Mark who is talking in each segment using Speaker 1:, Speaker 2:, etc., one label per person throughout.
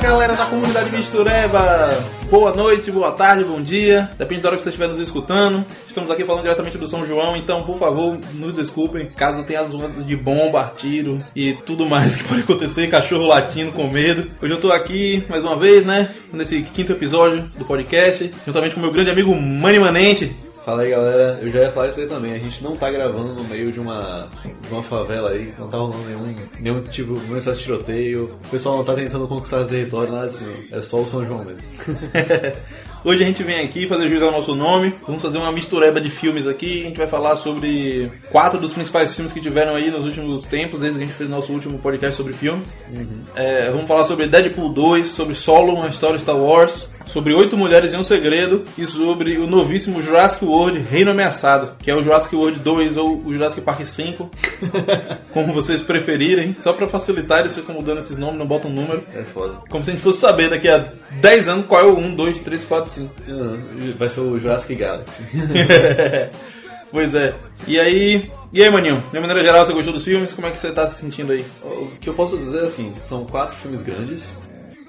Speaker 1: galera da comunidade Mistureba! Boa noite, boa tarde, bom dia. Depende da hora que você estiver nos escutando. Estamos aqui falando diretamente do São João, então, por favor, nos desculpem caso tenha zona de bomba, tiro e tudo mais que pode acontecer, cachorro latindo com medo. Hoje eu tô aqui, mais uma vez, né, nesse quinto episódio do podcast, juntamente com meu grande amigo Mani Manente.
Speaker 2: Fala aí galera, eu já ia falar isso aí também. A gente não tá gravando no meio de uma, de uma favela aí, não tá rolando nenhum, nenhum tipo, nenhum excesso de tiroteio. O pessoal não tá tentando conquistar território, nada disso. não. É só o São João mesmo.
Speaker 1: Hoje a gente vem aqui fazer jus ao nosso nome. Vamos fazer uma mistureba de filmes aqui. A gente vai falar sobre quatro dos principais filmes que tiveram aí nos últimos tempos, desde que a gente fez nosso último podcast sobre filmes. É, vamos falar sobre Deadpool 2, sobre Solo, uma história Star Wars, sobre Oito Mulheres e um Segredo e sobre o novíssimo Jurassic World Reino Ameaçado, que é o Jurassic World 2 ou o Jurassic Park 5, como vocês preferirem. Só pra facilitar, eles ficam mudando esses nomes, não botam número.
Speaker 2: É foda.
Speaker 1: Como se a gente fosse saber daqui a 10 anos qual é o 1, 2, 3, 4, 5.
Speaker 2: Ah, Vai ser o Jurassic Galaxy.
Speaker 1: Pois é. E aí. E aí, maninho? De uma maneira geral, você gostou dos filmes? Como é que você tá se sentindo aí?
Speaker 2: O que eu posso dizer assim, são quatro filmes grandes.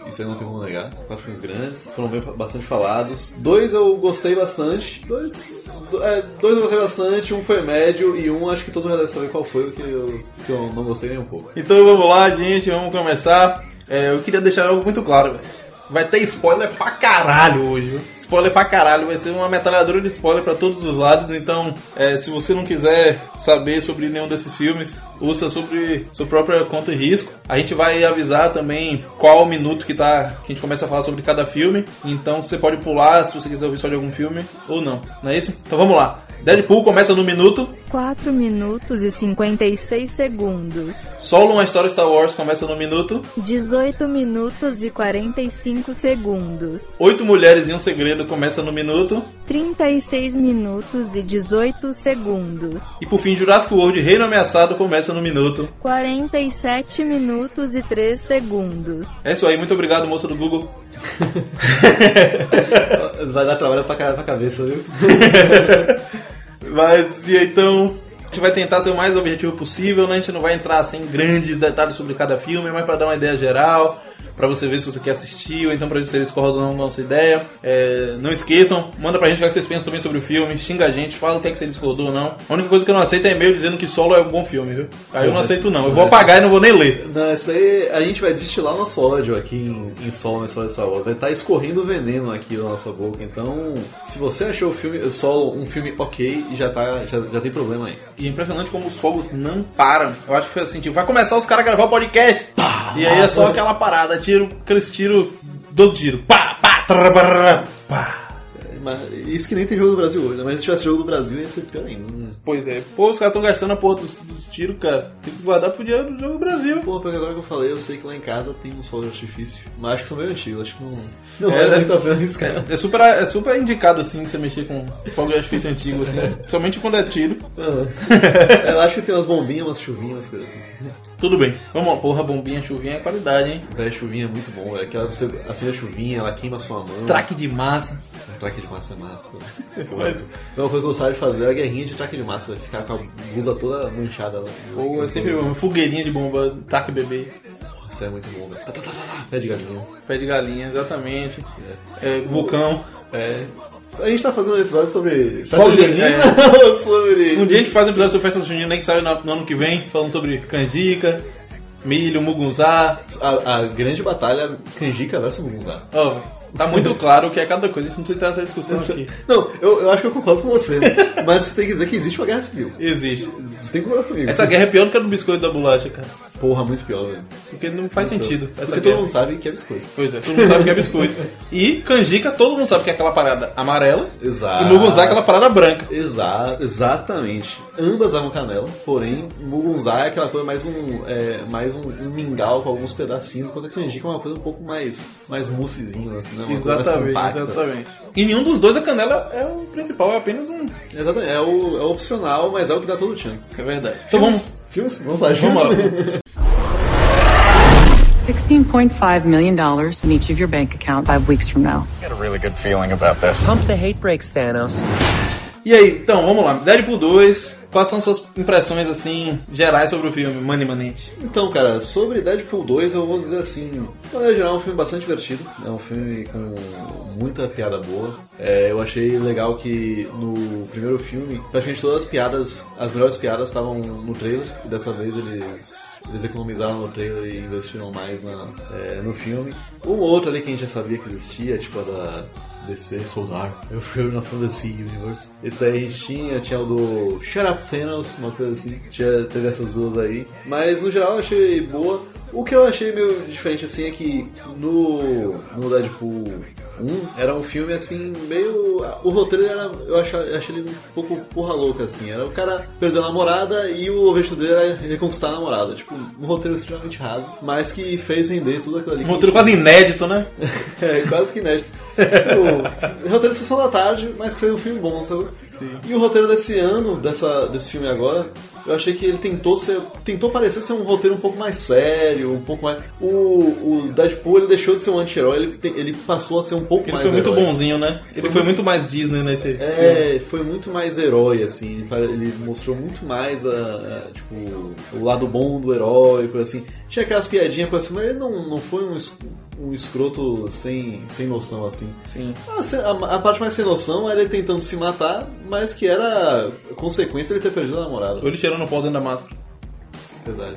Speaker 2: Isso aí não tem como negar. São quatro filmes grandes, foram bem, bastante falados. Dois eu gostei bastante. Dois. do- é, dois eu gostei bastante, um foi médio e um acho que todo mundo já deve saber qual foi o que eu, que eu não gostei nem um pouco.
Speaker 1: Então vamos lá, gente, vamos começar. É, eu queria deixar algo muito claro, velho. Vai ter spoiler pra caralho hoje, viu? Spoiler pra caralho, vai ser uma metralhadora de spoiler pra todos os lados, então é, se você não quiser saber sobre nenhum desses filmes, ouça sobre sua própria conta e risco. A gente vai avisar também qual o minuto que tá que a gente começa a falar sobre cada filme, então você pode pular se você quiser ouvir só de algum filme ou não, não é isso? Então vamos lá. Deadpool começa no minuto
Speaker 3: 4 minutos e 56 segundos.
Speaker 1: Solo uma história Star Wars começa no minuto.
Speaker 3: 18 minutos e 45 segundos.
Speaker 1: Oito Mulheres e um Segredo começa no minuto.
Speaker 3: 36 minutos e 18 segundos.
Speaker 1: E por fim, Jurassic World Reino Ameaçado começa no minuto.
Speaker 3: 47 minutos e 3 segundos.
Speaker 1: É isso aí, muito obrigado, moça do Google.
Speaker 2: Vai dar trabalho pra caralho pra cabeça, viu?
Speaker 1: Mas e então. A gente vai tentar ser o mais objetivo possível, né? A gente não vai entrar assim em grandes detalhes sobre cada filme, mas para dar uma ideia geral, para você ver se você quer assistir, ou então para vocês discordam da nossa ideia. É, não esqueçam, manda pra gente o que vocês pensam também sobre o filme, xinga a gente, fala o que é que você discordou ou não. A única coisa que eu não aceito é e-mail dizendo que solo é um bom filme, viu? Aí eu não
Speaker 2: Mas-
Speaker 1: aceito não. Eu vou apagar e não vou nem ler.
Speaker 2: Não, essa aí a gente vai destilar nosso ódio aqui em, em Solo, na história de Star Wars. Vai estar escorrendo veneno aqui na nossa boca. Então, se você achou o filme o Solo um filme ok, já, tá, já, já tem problema aí.
Speaker 1: E é impressionante como os fogos não param. Eu acho que foi assim, tipo, vai começar os caras a gravar o podcast. Pá, e aí é só aquela parada, tiro, aqueles tiros do tiro. Pá, pá, trará, barará, pá.
Speaker 2: É, Mas isso que nem tem jogo do Brasil hoje, né? Mas se tivesse jogo do Brasil ia ser pior ainda. né?
Speaker 1: Pois é, pô, os caras estão gastando a porra dos, dos tiros, cara. Tem que guardar pro dinheiro do jogo do Brasil.
Speaker 2: Pô, porque agora que eu falei, eu sei que lá em casa tem uns fogos de artifício. Mas acho que são meio antigos, acho que não. Não
Speaker 1: É,
Speaker 2: é,
Speaker 1: deve-
Speaker 2: deve estar vendo isso, cara.
Speaker 1: É super, é super indicado, assim, você mexer com fogo de artifício antigo, assim. Somente quando é tiro.
Speaker 2: É, Eu acho que tem umas bombinhas, umas chuvinhas, umas coisas assim.
Speaker 1: Tudo bem. Vamos lá, porra, bombinha, chuvinha é qualidade, hein?
Speaker 2: Velho, chuvinha é muito bom, velho. Aquela que você acende a chuvinha, ela queima a sua mão.
Speaker 1: Traque de massa.
Speaker 2: Traque de massa é massa. Uma coisa que eu sabe fazer é a guerrinha de traque de massa, ficar com a blusa toda manchada lá.
Speaker 1: Pô, é sempre uma fogueirinha de bomba, traque bebê.
Speaker 2: Isso é muito bom, velho. Tá, tá, tá, tá, tá. Pé de galinha.
Speaker 1: Pé de galinha, exatamente. É, vulcão.
Speaker 2: É. A gente tá fazendo um episódio sobre.
Speaker 1: Qual
Speaker 2: festa
Speaker 1: galinha?
Speaker 2: junina ou sobre.
Speaker 1: Um dia a gente faz um episódio sobre festa junina aí que sai na- no ano que vem, falando sobre canjica, milho, mugunzá.
Speaker 2: A, a grande batalha canjica versus mugunzá.
Speaker 1: Ó, tá muito claro o que é cada coisa, a gente não precisa ter essa discussão aqui.
Speaker 2: Não, eu, eu acho que eu concordo com você, né? mas você tem que dizer que existe uma guerra civil.
Speaker 1: Existe.
Speaker 2: Você tem que concordar comigo.
Speaker 1: Essa guerra é pior do que a do biscoito da bolacha, cara.
Speaker 2: Porra, muito pior, velho.
Speaker 1: Porque não faz sentido essa
Speaker 2: Porque todo
Speaker 1: guerra.
Speaker 2: mundo sabe que é biscoito.
Speaker 1: Pois é, todo mundo sabe o que é biscoito. E canjica, todo mundo sabe o que é aquela parada amarela.
Speaker 2: Exato.
Speaker 1: E mugunzá é aquela parada branca.
Speaker 2: Exa exatamente. Ambas davam canela, porém, mugunzá é aquela coisa mais um, é, mais um, um mingau com alguns pedacinhos, enquanto a canjica é uma coisa um pouco mais, mais moussezinho, assim, né? Uma coisa mais
Speaker 1: Exatamente,
Speaker 2: compacta.
Speaker 1: exatamente. E nenhum dos dois a canela é o principal, é apenas um.
Speaker 2: Exatamente. É, o, é opcional, mas é o que dá todo o tchan.
Speaker 1: É verdade. Então vamos.
Speaker 2: Filmes? Vamos lá, filmes.
Speaker 1: Vamos
Speaker 4: $16.5 million in each of your bank account five weeks from now.
Speaker 5: I got a really good feeling about this.
Speaker 6: Pump the hate brakes, Thanos.
Speaker 1: E aí, então, vamos lá. Deadpool 2, Quais são suas impressões, assim, gerais sobre o filme, Money Manente?
Speaker 2: Então, cara, sobre Deadpool 2, eu vou dizer assim: de maneira geral, é um filme bastante divertido. É um filme com muita piada boa. É, eu achei legal que no primeiro filme, praticamente todas as piadas, as melhores piadas estavam no trailer. E dessa vez eles, eles economizaram no trailer e investiram mais na, é, no filme. Um outro ali que a gente já sabia que existia, tipo a da. DC Solar, eu fui na fã DC Universe. Esse daí a gente tinha, tinha o do Shut Up Thanos, uma coisa assim. Tinha, teve essas duas aí. Mas no geral eu achei boa. O que eu achei meio diferente assim é que no, no Deadpool 1 era um filme assim, meio. O roteiro era. Eu achei, achei ele um pouco porra louca assim. Era o cara perdeu a namorada e o objetivo dele era reconquistar a namorada. Tipo, um roteiro extremamente raso, mas que fez render tudo aquilo ali.
Speaker 1: Um
Speaker 2: que a
Speaker 1: roteiro
Speaker 2: gente-
Speaker 1: quase inédito, né?
Speaker 2: é, quase que inédito. Tipo, roteiro de Sessão da Tarde, mas que foi um filme bom, sabe? E o roteiro desse ano, dessa, desse filme agora, eu achei que ele tentou ser. Tentou parecer ser um roteiro um pouco mais sério, um pouco mais. O, o Deadpool ele deixou de ser um anti-herói, ele, te- ele passou a ser um pouco
Speaker 1: Ele
Speaker 2: mais.
Speaker 1: foi muito
Speaker 2: herói.
Speaker 1: bonzinho, né? Ele foi muito mais Disney nesse
Speaker 2: É, foi muito mais herói, assim. ele pare- Ele mostrou muito mais a, a, tipo, o lado bom do herói, coisa assim. Tinha aquelas piadinhas, coisa assim, mas ele não, não foi um, es- um escroto sem, sem noção, assim.
Speaker 1: Sim.
Speaker 2: A, se- a- a parte mais sem noção era ele tentando se matar, mas que era consequência ele ter perdido a namorada.
Speaker 1: Ou ele tirando o pau dentro da máscara.
Speaker 2: Verdade.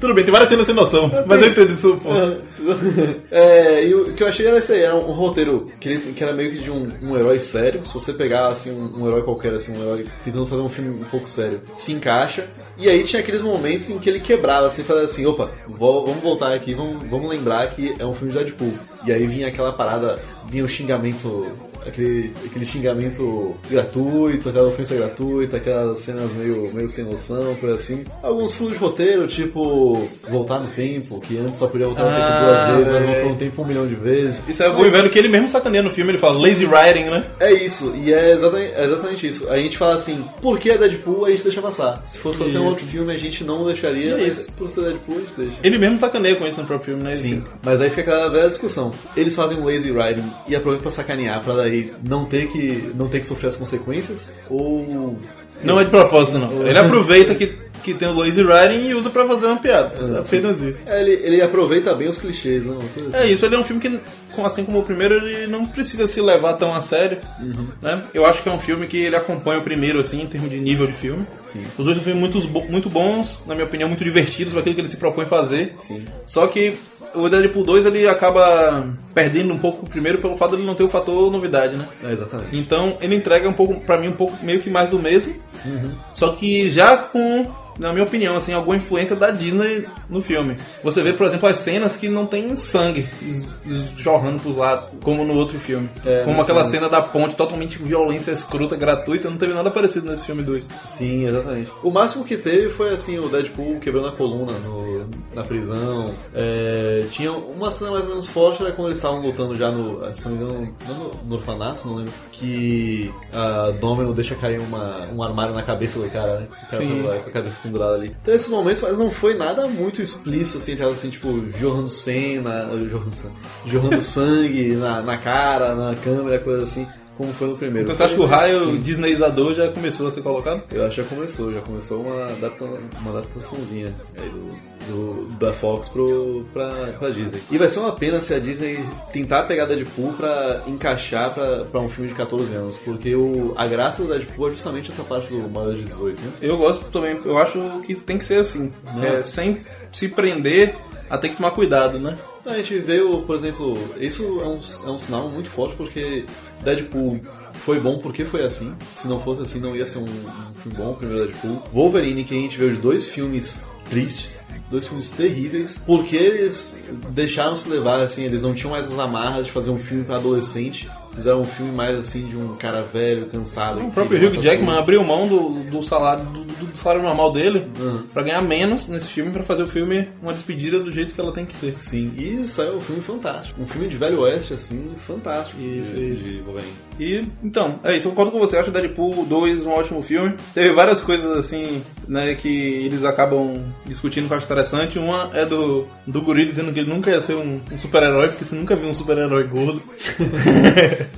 Speaker 1: Tudo bem, tem várias cenas sem noção, mas eu Ah. entendi isso, pô.
Speaker 2: É, e o que eu achei era isso aí, era um roteiro que, ele- que era meio que de um, um herói sério. Se você pegar assim, um, um herói qualquer, assim, um herói tentando fazer um filme um pouco sério, se encaixa. E aí tinha aqueles momentos em que ele quebrava, assim, fazia assim, opa, vo- vamos voltar aqui, vamos, vamos lembrar que é um filme de Deadpool. E aí vinha aquela parada, vinha o xingamento aquele, aquele xingamento gratuito, aquela ofensa gratuita, aquelas cenas meio, meio sem noção, coisa assim. Alguns furos de roteiro, tipo voltar no tempo, que antes só podia voltar no tempo
Speaker 1: Ah,
Speaker 2: duas vezes, mas
Speaker 1: véi.
Speaker 2: voltou no tempo um milhão de vezes.
Speaker 1: Isso é o bom e
Speaker 2: Mas-
Speaker 1: velho que ele mesmo sacaneia no filme, ele fala lazy writing, né?
Speaker 2: é isso, e é exatamente, é exatamente isso. A gente fala assim, por que é Deadpool, a gente deixa passar. Se fosse qualquer
Speaker 1: Isso.
Speaker 2: outro filme, a gente não deixaria, mas
Speaker 1: Isso.
Speaker 2: por ser Deadpool, a gente deixa.
Speaker 1: Ele mesmo sacaneia com isso no próprio filme, né? Ele
Speaker 2: Sim,
Speaker 1: fica-
Speaker 2: mas aí fica aquela velha discussão. Eles fazem um lazy riding e aproveitam pra sacanear, pra daí não ter que, não ter que sofrer as consequências? Ou.
Speaker 1: Não é de propósito, não. Ele aproveita que, que tem o lazy writing e usa pra fazer uma piada.
Speaker 2: Ah,
Speaker 1: Apenas isso.
Speaker 2: É, ele, ele aproveita bem os clichês, né? Uma coisa assim.
Speaker 1: É isso, ele é um filme que, com- assim como o primeiro, ele não precisa se levar tão a sério.
Speaker 2: Uhum.
Speaker 1: Né? Eu acho que é um filme que ele acompanha o primeiro, assim, em termos de nível de filme.
Speaker 2: Sim.
Speaker 1: Os dois são filmes muito, bo- muito bons, na minha opinião, muito divertidos para aquilo que ele se propõe fazer.
Speaker 2: Sim.
Speaker 1: Só que o Deadpool 2 ele acaba perdendo um pouco o primeiro pelo fato de ele não ter o fator novidade, né?
Speaker 2: É, exatamente.
Speaker 1: Então ele entrega um pouco, pra mim, um pouco meio que mais do mesmo.
Speaker 2: Uhum.
Speaker 1: Só que já com, na minha opinião, assim, alguma influência da Disney no filme. Você vê, por exemplo, as cenas que não tem sangue es- es- jorrando pros lados, como no outro filme.
Speaker 2: É,
Speaker 1: como
Speaker 2: não
Speaker 1: aquela
Speaker 2: tem.
Speaker 1: cena da ponte, totalmente violência escrota, gratuita, não teve nada parecido nesse filme 2.
Speaker 2: Sim, exatamente. O máximo que teve foi assim, o Deadpool quebrando a coluna no- na prisão. É, tinha uma cena mais ou menos forte, era quando eles estavam lutando já no. Se não me engano, não no, no orfanato, não lembro. Que a Domino deixa cair uma, um armário na cabeça do cara, né? O cara
Speaker 1: Sim.
Speaker 2: tava com a cabeça pendurada ali. Então esses momentos, mas não foi nada muito explícito, assim, tava assim, tipo, jorrando cena, jorrando sangue, jorrando sangue na, na cara, na câmera, coisa assim, como foi no primeiro.
Speaker 1: Então você acha que o
Speaker 2: Foi-
Speaker 1: raio disneyizador já começou a ser colocado?
Speaker 2: eu acho que já começou, já começou uma, adapta, uma adaptaçãozinha aí do, do- da Fox pro, pra, pra Disney. E vai ser uma pena se a Disney tentar pegar Deadpool pra encaixar pra, pra um filme de 14 anos, porque o, a graça do Deadpool é justamente essa parte do maior de 18, né?
Speaker 1: Eu gosto também, eu acho que tem que ser assim.
Speaker 2: Né?
Speaker 1: É, sem se prender a ter que tomar cuidado, né?
Speaker 2: Então, A gente vê, o- por exemplo, isso é um, é um sinal muito forte porque Deadpool foi bom porque foi assim. Se não fosse assim, não ia ser um, um filme bom, o primeiro Deadpool. Wolverine, que a gente veio de dois filmes tristes, dois filmes terríveis, porque eles deixaram se levar, assim, eles não tinham mais as amarras de fazer um filme pra adolescente. Fizeram um filme mais assim de um cara velho, cansado.
Speaker 1: O
Speaker 2: que
Speaker 1: próprio
Speaker 2: mata
Speaker 1: Hugh Jackman
Speaker 2: tudo.
Speaker 1: abriu mão do, do salário do, do- do salário normal dele
Speaker 2: Uhum.
Speaker 1: pra ganhar menos nesse filme pra fazer o filme uma despedida do jeito que ela tem que ser.
Speaker 2: Sim, e saiu um filme fantástico. Um filme de velho oeste, assim, fantástico.
Speaker 1: Isso,
Speaker 2: de,
Speaker 1: isso.
Speaker 2: de Wolverine.
Speaker 1: E então, é isso, eu concordo com você, acho Deadpool 2 um ótimo filme. Teve várias coisas assim, né, que eles acabam discutindo que eu acho interessante. Uma é do, do Guri dizendo que ele nunca ia ser um, um super-herói, porque você nunca viu um super-herói gordo.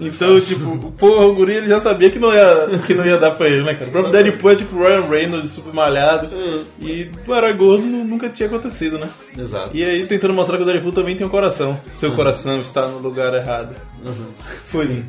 Speaker 1: Então, tipo, porra, o guri ele já sabia que não ia, que não ia dar pra ele, né, cara? O próprio Deadpool é tipo Ryan Reynolds, super malhado. E o herói gordo nu- nunca tinha acontecido, né?
Speaker 2: Exato.
Speaker 1: E aí tentando mostrar que o Deadpool também tem um coração. Seu coração está no lugar errado. Foi.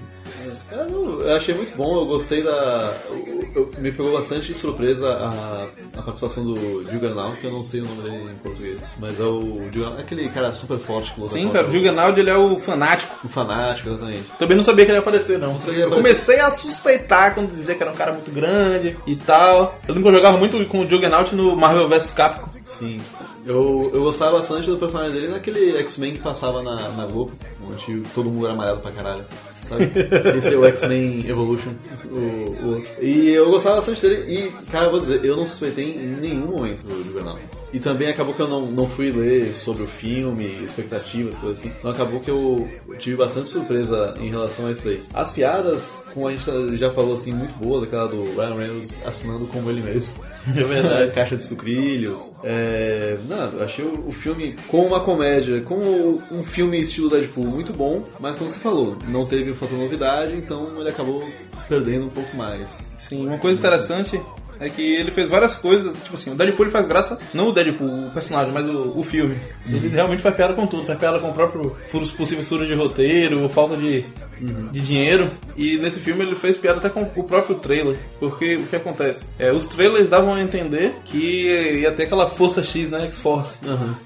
Speaker 2: Eu, não- eu achei muito bom, eu gostei da. eu- eu- me pegou bastante de surpresa a, a participação do Juggernaut, que eu não sei o nome dele em português, mas é o Juggernaut, é aquele cara super forte que luta
Speaker 1: Sim,
Speaker 2: contra
Speaker 1: cara, o Juggernaut ele é o fanático.
Speaker 2: o fanático, exatamente.
Speaker 1: Também não sabia que ele ia aparecer, não.
Speaker 2: sabia é. que ia
Speaker 1: Eu comecei a suspeitar quando dizia que era um cara muito grande e tal. Eu lembro que eu jogava muito com o Juggernaut no Marvel vs Capcom.
Speaker 2: Sim. Eu, eu gostava bastante do personagem dele naquele X-Men que passava na, na Globo, onde todo mundo era amarelo pra caralho. Sabe? Sem ser o X-Men Evolution. O, o outro. E eu gostava bastante dele. E, cara, eu vou dizer, eu não suspeitei em nenhum momento do Juvernal. E também acabou que eu não, não fui ler sobre o filme, expectativas, coisas assim. Então acabou que eu tive bastante surpresa em relação a isso aí. As piadas, como a gente já falou assim, muito boa, daquela do Ryan Reynolds assinando como ele mesmo. É verdade. Caixa de sucrilhos. É, não, eu achei o, o filme como uma comédia, como um filme estilo Deadpool muito bom, mas como você falou, não teve o fator novidade, então ele acabou perdendo um pouco mais.
Speaker 1: Sim, uma coisa interessante é que ele fez várias coisas, tipo assim, o Deadpool ele faz graça, não o Deadpool, o personagem, mas o, o filme.
Speaker 2: Uhum.
Speaker 1: Ele realmente faz piada com tudo, faz piada com o próprio furos possíveis furos de roteiro, falta de,
Speaker 2: Uhum.
Speaker 1: de dinheiro. E nesse filme ele fez piada até com o próprio trailer. Porque o que acontece? É, os trailers davam a entender que ia ter aquela força X, né? X-Force.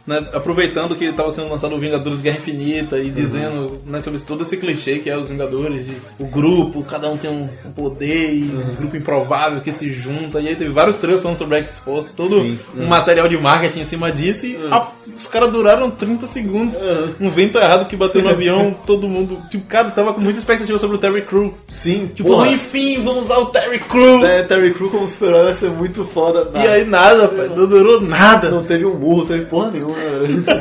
Speaker 1: Né, aproveitando que estava sendo lançado o Vingadores Guerra Infinita e dizendo né, sobre todo esse clichê que é os Vingadores, de o grupo, cada um tem um, um poder, e um grupo improvável que se junta. E aí teve vários trailers falando sobre a X-Force, todo
Speaker 2: Sim.
Speaker 1: um material de marketing em cima disso. E ah, os caras duraram 30 segundos. Um vento errado que bateu no avião, todo mundo. Tipo, cara, tava com muita expectativa sobre o Terry Crew.
Speaker 2: Sim,
Speaker 1: Tipo, enfim, vamos usar o Terry Crew.
Speaker 2: né, Terry Crew como super-herói vai ser muito foda.
Speaker 1: E aí nada, pai, não durou nada.
Speaker 2: não teve um murro, teve porra nenhuma. né,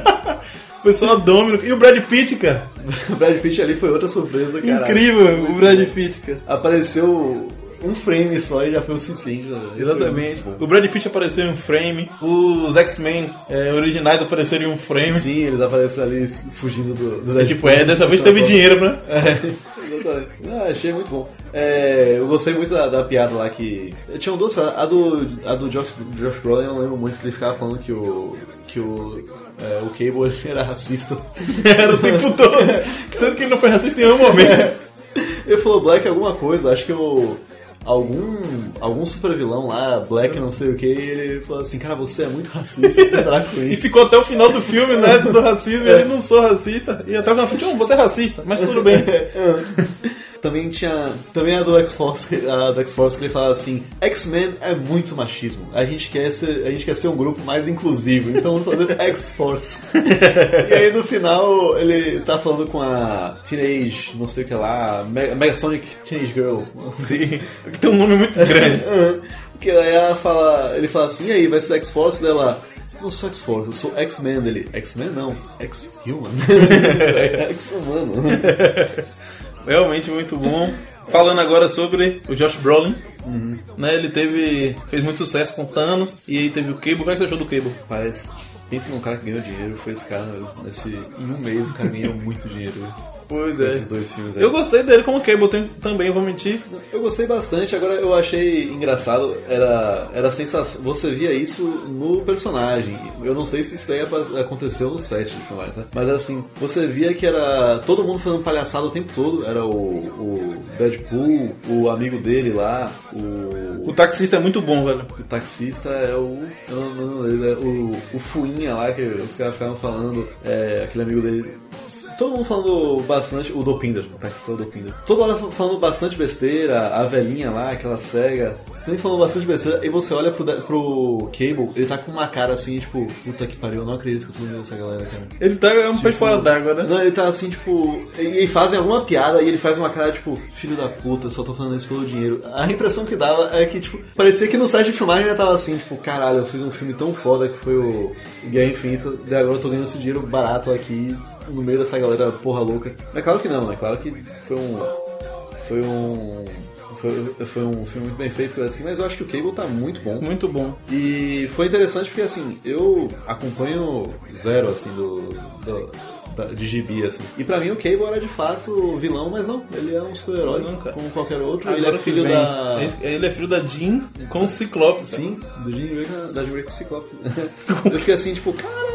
Speaker 1: Foi só a Domino. E o Brad Pitt, cara.
Speaker 2: o Brad Pitt ali foi outra surpresa, cara.
Speaker 1: Incrível o Brad Pitt, cara.
Speaker 2: Apareceu um frame só e já foi o suficiente. né?
Speaker 1: Exatamente.
Speaker 2: Foi muito bom.
Speaker 1: O Brad Pitt apareceu em um frame, os X-Men eh, originais apareceram em um frame.
Speaker 2: Sim, eles aparecem ali fugindo do, do Tá
Speaker 1: É tipo, é, dessa vez teve dinheiro, né?
Speaker 2: Exatamente. Ah, achei muito bom. É, eu gostei muito da, da piada lá que. Tinham duas piadas. A do, a do Josh, Josh Brolin, eu lembro muito que ele ficava falando que o. que o. é, o Cable era racista.
Speaker 1: Era o tempo todo. Sendo que ele não foi racista em nenhum momento.
Speaker 2: Ele falou Black é alguma coisa, acho que o. Algum, algum super vilão lá, Black não sei o que, ele falou assim, cara, você é muito racista, você tá com
Speaker 1: E
Speaker 2: isso.
Speaker 1: ficou até o final do filme, né? Do racismo. Ele não sou racista. E até o final, não, você é racista, mas tudo bem.
Speaker 2: Também tinha. Também a do X-Force, a do X-Force que ele falava assim, X-Men é muito machismo. A gente quer ser, a gente quer ser um grupo mais inclusivo, então vamos fazer X-Force. e aí no final ele tá falando com a Teenage, não sei o que lá, Meg- Megasonic Teenage Girl.
Speaker 1: Sim. Tem um nome muito grande.
Speaker 2: que aí ela fala, ele fala assim, e aí, vai ser X-Force dela? "Eu Não sou X-Force, eu sou X-Men dele. X-Men não, X-Human. X-Humano.
Speaker 1: Realmente muito bom. Falando agora sobre o Josh Brolin.
Speaker 2: Uhum.
Speaker 1: Né, ele teve. fez muito sucesso com Thanos. E aí teve o Cable. O que é que você achou do Cable?
Speaker 2: Rapaz, pensa num cara que ganhou dinheiro, foi esse cara, meu. Nesse, em um mês o cara ganhou muito dinheiro.
Speaker 1: Pois
Speaker 2: Esses dois é. filmes aí.
Speaker 1: Eu gostei dele como Cable tem- também, vou mentir.
Speaker 2: Eu gostei bastante, agora eu achei engraçado, era, era a sensação. Você via isso no personagem. Eu não sei se isso daí apa- aconteceu no set de filmagem, né? Mas era assim, você via que era todo mundo fazendo palhaçada o tempo todo. Era o, o Deadpool, o amigo dele lá, o.
Speaker 1: O taxista é muito bom, velho.
Speaker 2: o taxista é o. eu não- não lembro dele, é o, o Fuinha lá, que os caras ficavam falando, é, aquele amigo dele. Todo mundo falando bastante. O Dopinder, o taxista é o Dopinder. Toda hora falando bastante besteira, a velhinha lá, aquela cega. Sempre falando bastante besteira. E você olha pro, da- pro Cable, ele tá com uma cara assim, tipo, puta que pariu, eu não acredito que eu tô vendo essa galera, cara.
Speaker 1: Ele tá é um peixe fora d'água, né?
Speaker 2: Não, ele tá assim, tipo. E e fazem alguma piada e ele faz uma cara, tipo, filho da puta, só tô falando isso pelo dinheiro. A impressão que dava é que, tipo, parecia que no site de filmagem já tava assim, tipo, caralho, eu fiz um filme tão foda que foi o Guerra Infinita, e agora eu tô ganhando esse dinheiro barato aqui, no meio É dessa galera porra louca. Mas claro que não, né? Claro que foi um. Foi um. Foi, foi um filme muito bem feito, coisa assim, mas eu acho que o Cable tá muito bom.
Speaker 1: Muito bom.
Speaker 2: E foi interessante porque, assim, eu acompanho zero, assim, do... do- da- de gibi, assim. E pra mim o Cable era de fato vilão, mas não, ele é um super-herói,
Speaker 1: Não, cara.
Speaker 2: como qualquer outro.
Speaker 1: Agora
Speaker 2: ele é
Speaker 1: que
Speaker 2: filho
Speaker 1: vem.
Speaker 2: da...
Speaker 1: É isso- Ele é filho da Jean com o Ciclope. Sim.
Speaker 2: Sim, do Jim Drake, da Jim Drake Ciclope. eu fiquei assim, tipo, caralho...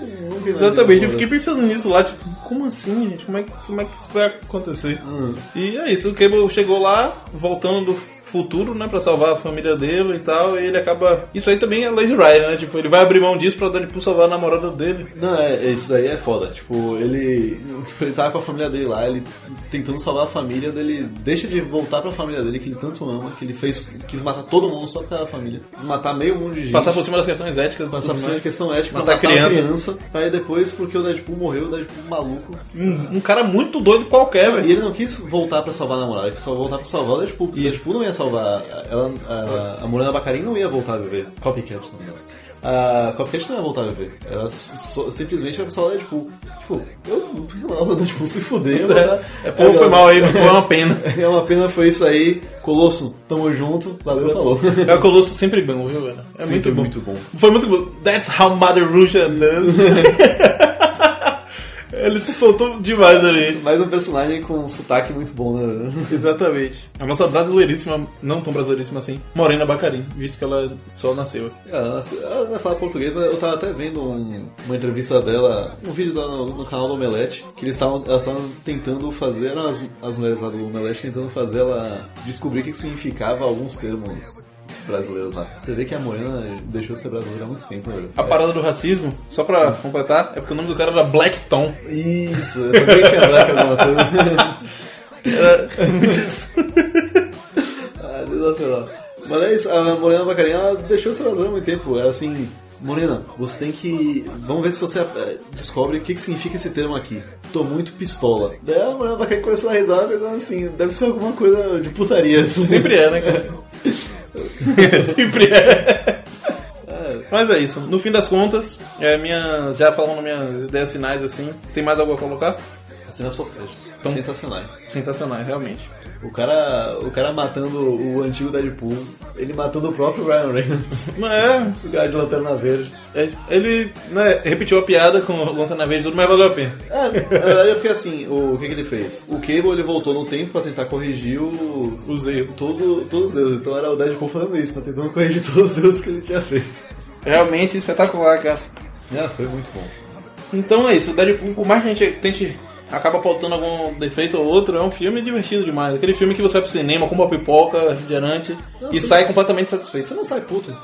Speaker 2: nunca imaginei
Speaker 1: Exatamente, eu
Speaker 2: uma
Speaker 1: fiquei
Speaker 2: coisa
Speaker 1: pensando nisso lá, tipo, como assim, gente? Como é, que- como é que isso vai acontecer?
Speaker 2: Hum.
Speaker 1: E é isso, o Cable chegou lá, voltando do futuro, né, pra salvar a família dele e tal, e ele acaba... Isso aí também é Lazy Rider, né? Tipo, ele vai abrir mão disso pra Deadpool salvar a namorada dele.
Speaker 2: Não, é, é, isso aí é foda. Tipo, ele. Ele tava com a família dele lá, ele tentando salvar a família, daí ele deixa de voltar pra família dele, que ele tanto ama, que ele fez. quis matar todo mundo só pela família. Quis matar meio mundo de gente.
Speaker 1: Passar por cima das questões éticas. e
Speaker 2: Passar
Speaker 1: tudo
Speaker 2: por cima de
Speaker 1: mais.
Speaker 2: questão ética,
Speaker 1: Matar
Speaker 2: matar,
Speaker 1: criança.
Speaker 2: criança. criança. Aí depois, porque o Deadpool morreu, o Deadpool maluco.
Speaker 1: Um, um cara muito doido qualquer,
Speaker 2: E
Speaker 1: velho.
Speaker 2: ele não quis voltar pra salvar a namorada, ele quis só voltar pra salvar o Deadpool. porque O Deadpool não ia salvar. Ela, a, a Morena Bacarin não ia voltar a viver. Copycat, não dela. A Copycat não ia voltar a viver. Ela só- simplesmente era pra salvar o Deadpool. Tipo, eu sei lá, o Deadpool se fuder. eu vou dar-
Speaker 1: É, pô, foi mal aí, mas foi uma pena.
Speaker 2: É uma pena, foi isso aí. Colosso, tamo junto. Valeu, falou.
Speaker 1: É o Colosso sempre bom, viu, velho? É
Speaker 2: Sempre
Speaker 1: muito bom.
Speaker 2: muito bom.
Speaker 1: Foi muito bom. That's how Mother Russia does. Ele se soltou demais ali.
Speaker 2: Mais um personagem com um sotaque muito bom, né?
Speaker 1: Exatamente. A nossa brasileiríssima, não tão brasileiríssima assim, Morena Bacarin, visto que ela só nasceu.
Speaker 2: É, Ela nasce- ela não fala português, mas eu tava até vendo um- uma entrevista dela, um vídeo dela no, no canal do Omelete, que eles estavam elas estavam tentando fazer, eram as, as mulheres lá do Omelete tentando fazer ela descobrir o que que significava alguns termos brasileiros lá. Você vê que a Morena deixou de ser brasileira há muito tempo, né?
Speaker 1: A parada do racismo, só pra completar, é porque o nome do cara era Black Tom.
Speaker 2: Isso, eu sabia que ia lembrar que era alguma coisa.
Speaker 1: Era-
Speaker 2: ah, sensacional. Mas é isso, a Morena Bacarinha, ela deixou essa razão há muito tempo. Era assim, Morena, você tem que. Vamos ver se você eh, descobre o que, que significa esse termo aqui. Tô muito pistola. Daí a Morena Bacarinha começou a risar, pensando assim, deve ser alguma coisa de putaria. assim.
Speaker 1: Sempre é, né, cara? Sempre é. Mas é isso. No fim das contas, é, minha, já falando minhas ideias finais assim, tem mais algo a colocar?
Speaker 2: Cenas pós-créditos.
Speaker 1: Então-
Speaker 2: Sensacionais.
Speaker 1: Sensacionais, realmente.
Speaker 2: O cara, o cara matando o antigo Deadpool, ele matando o próprio Ryan Reynolds,
Speaker 1: Mas
Speaker 2: o cara de lanterna verde.
Speaker 1: é, é, ele né, repetiu a piada com o Lanterna Verde e tudo, mas valeu a pena.
Speaker 2: É, na verdade é porque assim, o, o que, que ele fez? O Cable ele voltou no tempo pra tentar corrigir o.
Speaker 1: Os erros.
Speaker 2: Todo, todos os erros. Então era o Deadpool falando isso, tá tentando corrigir todos os erros que ele tinha feito.
Speaker 1: Realmente espetacular, cara.
Speaker 2: Ah, foi muito bom.
Speaker 1: Então é isso, o Deadpool, por mais que a gente tente acaba faltando algum defeito ou outro, é um filme divertido demais. Aquele filme que você vai pro cinema, compra pipoca, refrigerante e
Speaker 2: sim.
Speaker 1: sai completamente satisfeito.
Speaker 2: Você não sai puto.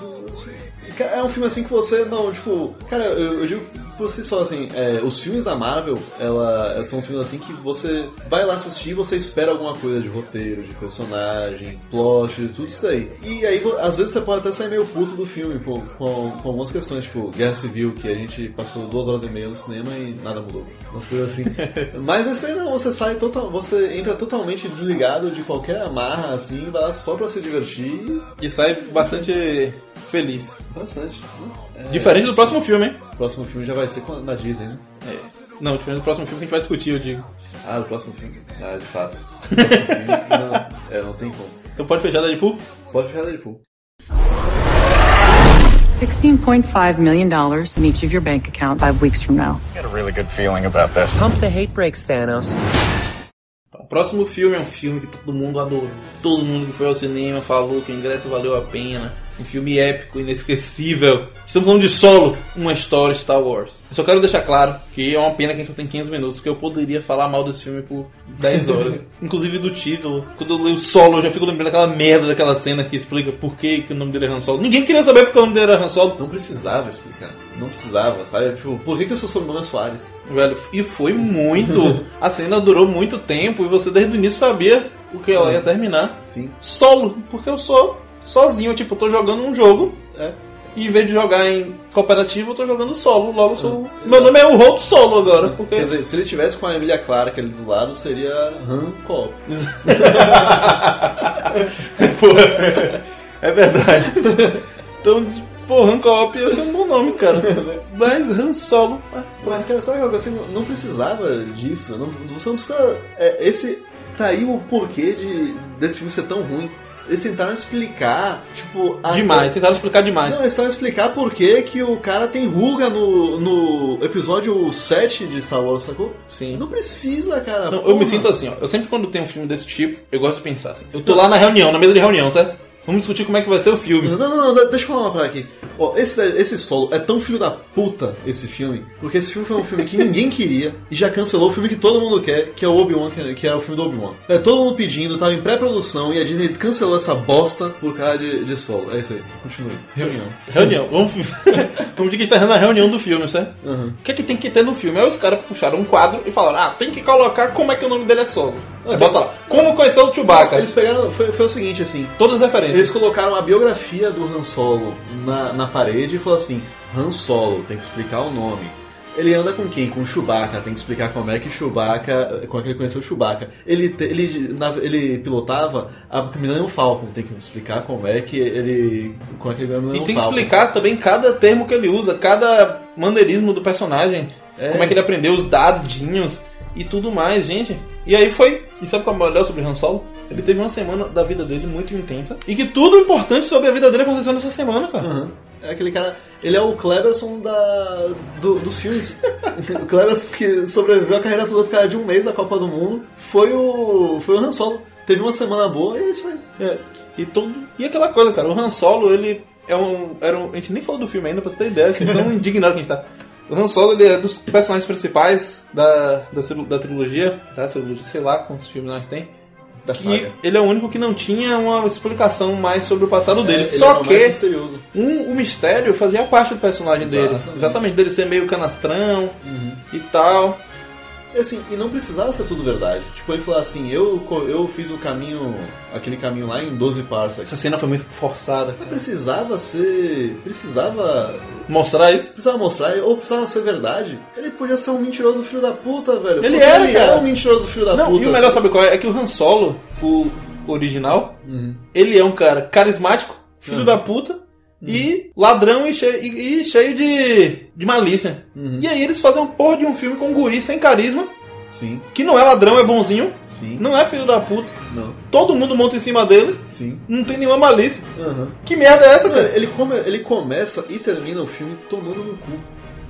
Speaker 2: É um filme assim que você não, tipo. Cara, eu, eu digo pra você só assim, é, os filmes da Marvel, ela são filmes assim que você vai lá assistir e você espera alguma coisa de roteiro, de personagem, plot, de tudo isso aí. E aí, vo- às vezes, você pode até sair meio puto do filme pô, com, com algumas questões, tipo, Guerra Civil, que a gente passou duas horas e meia no cinema e nada mudou. Umas coisas assim. Mas esse aí não, você sai total. Você entra totalmente desligado de qualquer amarra, assim, vai lá só pra se divertir e
Speaker 1: E sai bastante feliz.
Speaker 2: Bastante. né?
Speaker 1: Diferente do próximo filme, hein?
Speaker 2: É, o próximo filme já vai ser com- na Disney, né?
Speaker 1: É. Não, diferente do próximo filme que a gente vai discutir, eu digo.
Speaker 2: Ah, o próximo filme. Ah, de fato. O próximo filme, não, é, não tem como.
Speaker 1: Então pode fechar Deadpool?
Speaker 2: Pode tipo, fechar Deadpool.
Speaker 4: $16.5 million in each of your bank account five weeks from now.
Speaker 5: I got a really good feeling about this.
Speaker 6: Pump the hate brakes, Thanos.
Speaker 1: Então, o próximo filme é um filme que todo mundo adorou. Todo mundo que foi ao cinema falou que o ingresso valeu a pena. Um filme épico, inesquecível. Estamos falando de Solo, uma história Star Wars. Eu só quero deixar claro que é uma pena que a gente só tem 15 minutos, porque eu poderia falar mal desse filme por 10 horas. Inclusive do título. Quando eu leio Solo, eu já fico lembrando daquela merda daquela cena que explica por que, que o nome dele é Han Solo. Ninguém queria saber porque o nome dele era Han Solo.
Speaker 2: Não precisava explicar. Não precisava, sabe? Tipo, por que, que o seu sobrenome é Soares?
Speaker 1: Velho, e foi muito. A cena durou muito tempo e você desde o início sabia o que ela ia terminar.
Speaker 2: Sim.
Speaker 1: Solo, porque eu sou sozinho, tipo, eu tô jogando um jogo
Speaker 2: É.
Speaker 1: e em vez de jogar em cooperativo, eu tô jogando solo. Logo eu sou. Meu nome é o Holt Solo agora, porque.
Speaker 2: Uhum. Quer dizer, se ele tivesse com a Emília Clark ali do lado, seria Han Cop.
Speaker 1: Pô, é verdade. Então, pô, Han co ia ser um bom nome, cara.
Speaker 2: Né?
Speaker 1: Mas Han Solo. ah,
Speaker 2: Mas, cara, sabe que assim, não, não precisava disso. não- você não precisa. é, esse tá aí o porquê de, desse filme ser tão ruim. Eles tentaram explicar, tipo. a-
Speaker 1: Demais, tentaram explicar demais.
Speaker 2: Não, eles tentaram explicar por que que o cara tem ruga no, no episódio 7 de Star Wars, sacou?
Speaker 1: Sim.
Speaker 2: Não precisa, cara.
Speaker 1: Não, eu me
Speaker 2: porra.
Speaker 1: sinto assim, ó. Eu sempre quando tem um filme desse tipo, eu gosto de pensar assim. Eu tô lá na reunião, na mesa de reunião, certo? Vamos discutir como é que vai ser o filme.
Speaker 2: Não, não, não, de- deixa eu falar uma parada aqui. Ó, esse, esse solo é tão filho da puta, esse filme, porque esse filme foi um filme que ninguém queria e já cancelou o filme que todo mundo quer, que é o Obi-Wan, que, é- que é o filme do Obi-Wan. É todo mundo pedindo, tava em pré-produção e a Disney cancelou essa bosta por causa de, de solo. É isso aí, continue. Reunião.
Speaker 1: Reunião. Vamos, vamos dizer que a gente tá na reunião do filme, certo?
Speaker 2: Uhum.
Speaker 1: O que é que tem que ter no filme? Aí os caras puxaram um quadro e falaram, ah, tem que colocar como é que o nome dele é solo. Aí bota lá, como conhecer o Chewbacca.
Speaker 2: Ah, Eles pegaram, foi, foi o seguinte assim,
Speaker 1: Todas as referências.
Speaker 2: eles colocaram a biografia do Han Solo na, na parede e falou assim: Han Solo, tem que explicar o nome. Ele anda com quem? Com Chewbacca, tem que explicar como é que Chewbacca, como é que ele conheceu o Chewbacca. Ele, te- ele, na- ele pilotava a Millennium Falcon, tem que explicar como é que ele, como é que ele ganhou
Speaker 1: E
Speaker 2: a Millennium
Speaker 1: tem que
Speaker 2: Falcon.
Speaker 1: explicar também cada termo que ele usa, cada maneirismo do personagem,
Speaker 2: É.
Speaker 1: como é que ele aprendeu os dadinhos e tudo mais, gente. E aí foi. E sabe qual é o melhor sobre Han Solo? Ele teve uma semana da vida dele muito intensa. E que tudo importante sobre a vida dele aconteceu nessa semana, cara.
Speaker 2: Aham. É aquele cara. Ele é o Cleberson da, do- dos filmes. o Cleberson que sobreviveu a carreira toda por causa de um mês da Copa do Mundo. Foi o. Foi o Han Solo. Teve uma semana boa e é isso aí.
Speaker 1: É, e todo e aquela coisa, cara, o Han Solo, ele é um, era um- a gente nem falou do filme ainda pra você ter ideia, assim, tão indignado que a gente tá. O Han Solo, ele é dos personagens principais da, da, celu- da trilogia, da trilogia, sei lá quantos filmes nós tem.
Speaker 2: Da
Speaker 1: Que ele é o único que não tinha uma explicação mais sobre o passado dele.
Speaker 2: É, ele
Speaker 1: Só
Speaker 2: era o mais
Speaker 1: que
Speaker 2: misterioso.
Speaker 1: um, o mistério fazia parte do personagem dele.
Speaker 2: Exatamente. Uhum.
Speaker 1: Exatamente, dele ser meio canastrão e tal.
Speaker 2: E assim, e não precisava ser tudo verdade. Tipo, ele falou assim, eu, co- eu fiz o caminho, aquele caminho lá em 12
Speaker 1: Essa
Speaker 2: parsecs.
Speaker 1: cena foi muito forçada.
Speaker 2: Não precisava ser. Precisava.
Speaker 1: Mostrar isso.
Speaker 2: Precisava mostrar, ou precisava ser verdade. Ele podia ser um mentiroso filho da puta, velho.
Speaker 1: Ele
Speaker 2: Porque
Speaker 1: era,
Speaker 2: ele
Speaker 1: cara.
Speaker 2: é um mentiroso filho da
Speaker 1: Não,
Speaker 2: puta. assim.
Speaker 1: e o melhor sabe qual é? É que o Han Solo, o original, ele é um cara carismático, filho da puta, e ladrão e cheio, e- e cheio de, de malícia. E aí eles fazem uma porra de um filme com um guri sem carisma,
Speaker 2: Sim,
Speaker 1: que não é ladrão, é bonzinho,
Speaker 2: sim.
Speaker 1: não é filho da puta.
Speaker 2: Não,
Speaker 1: Todo mundo monta em cima dele,
Speaker 2: sim.
Speaker 1: não tem nenhuma malícia.
Speaker 2: Aham.
Speaker 1: Que merda é essa,
Speaker 2: Cara,
Speaker 1: cara?
Speaker 2: Ele, come, ele começa e termina o filme tomando no cu.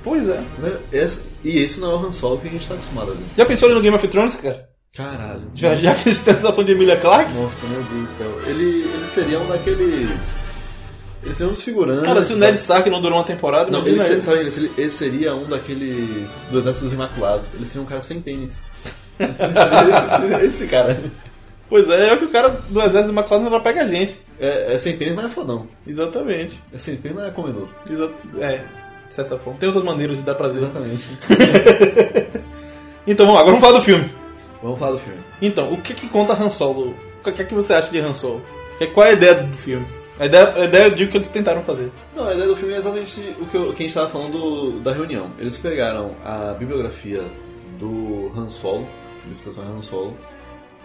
Speaker 1: Pois é.
Speaker 2: Né? Esse- e esse não é o Han Solo que a gente tá acostumado a ver.
Speaker 1: Já pensou ele no Game of Thrones, cara?
Speaker 2: Caralho.
Speaker 1: Já, já que a gente tá falando de Emilia Clarke?
Speaker 2: Nossa, meu Deus do céu. Ele, ele seria um daqueles. Ele seria um dos figurantes.
Speaker 1: Cara, se o Ned Stark não durou uma temporada,
Speaker 2: Não, ele,
Speaker 1: imagina
Speaker 2: seria, sabe, ele seria- ele seria um daqueles. dos exércitos imaculados. Ele seria um cara sem pênis. Ele seria esse, esse cara.
Speaker 1: Pois é, é o que o cara do exército de McLaren ela pega a gente.
Speaker 2: É, é sem pênis, mas é fodão.
Speaker 1: Exatamente.
Speaker 2: É sem pênis, mas é comedor.
Speaker 1: Exa- É, de certa forma. Tem outras maneiras de dar prazer.
Speaker 2: Exatamente.
Speaker 1: Então vamos lá, agora vamos falar do filme.
Speaker 2: Vamos falar do filme.
Speaker 1: Então, o que, que conta Han Solo? O que, o que é que você acha de Han Solo? Que- Qual é a ideia do filme? A ideia, a ideia eu digo que eles tentaram fazer.
Speaker 2: Não, a ideia do filme é exatamente o que, eu- que a gente tava falando do- da reunião. Eles pegaram a bibliografia do Han Solo, desse personagem Han Solo,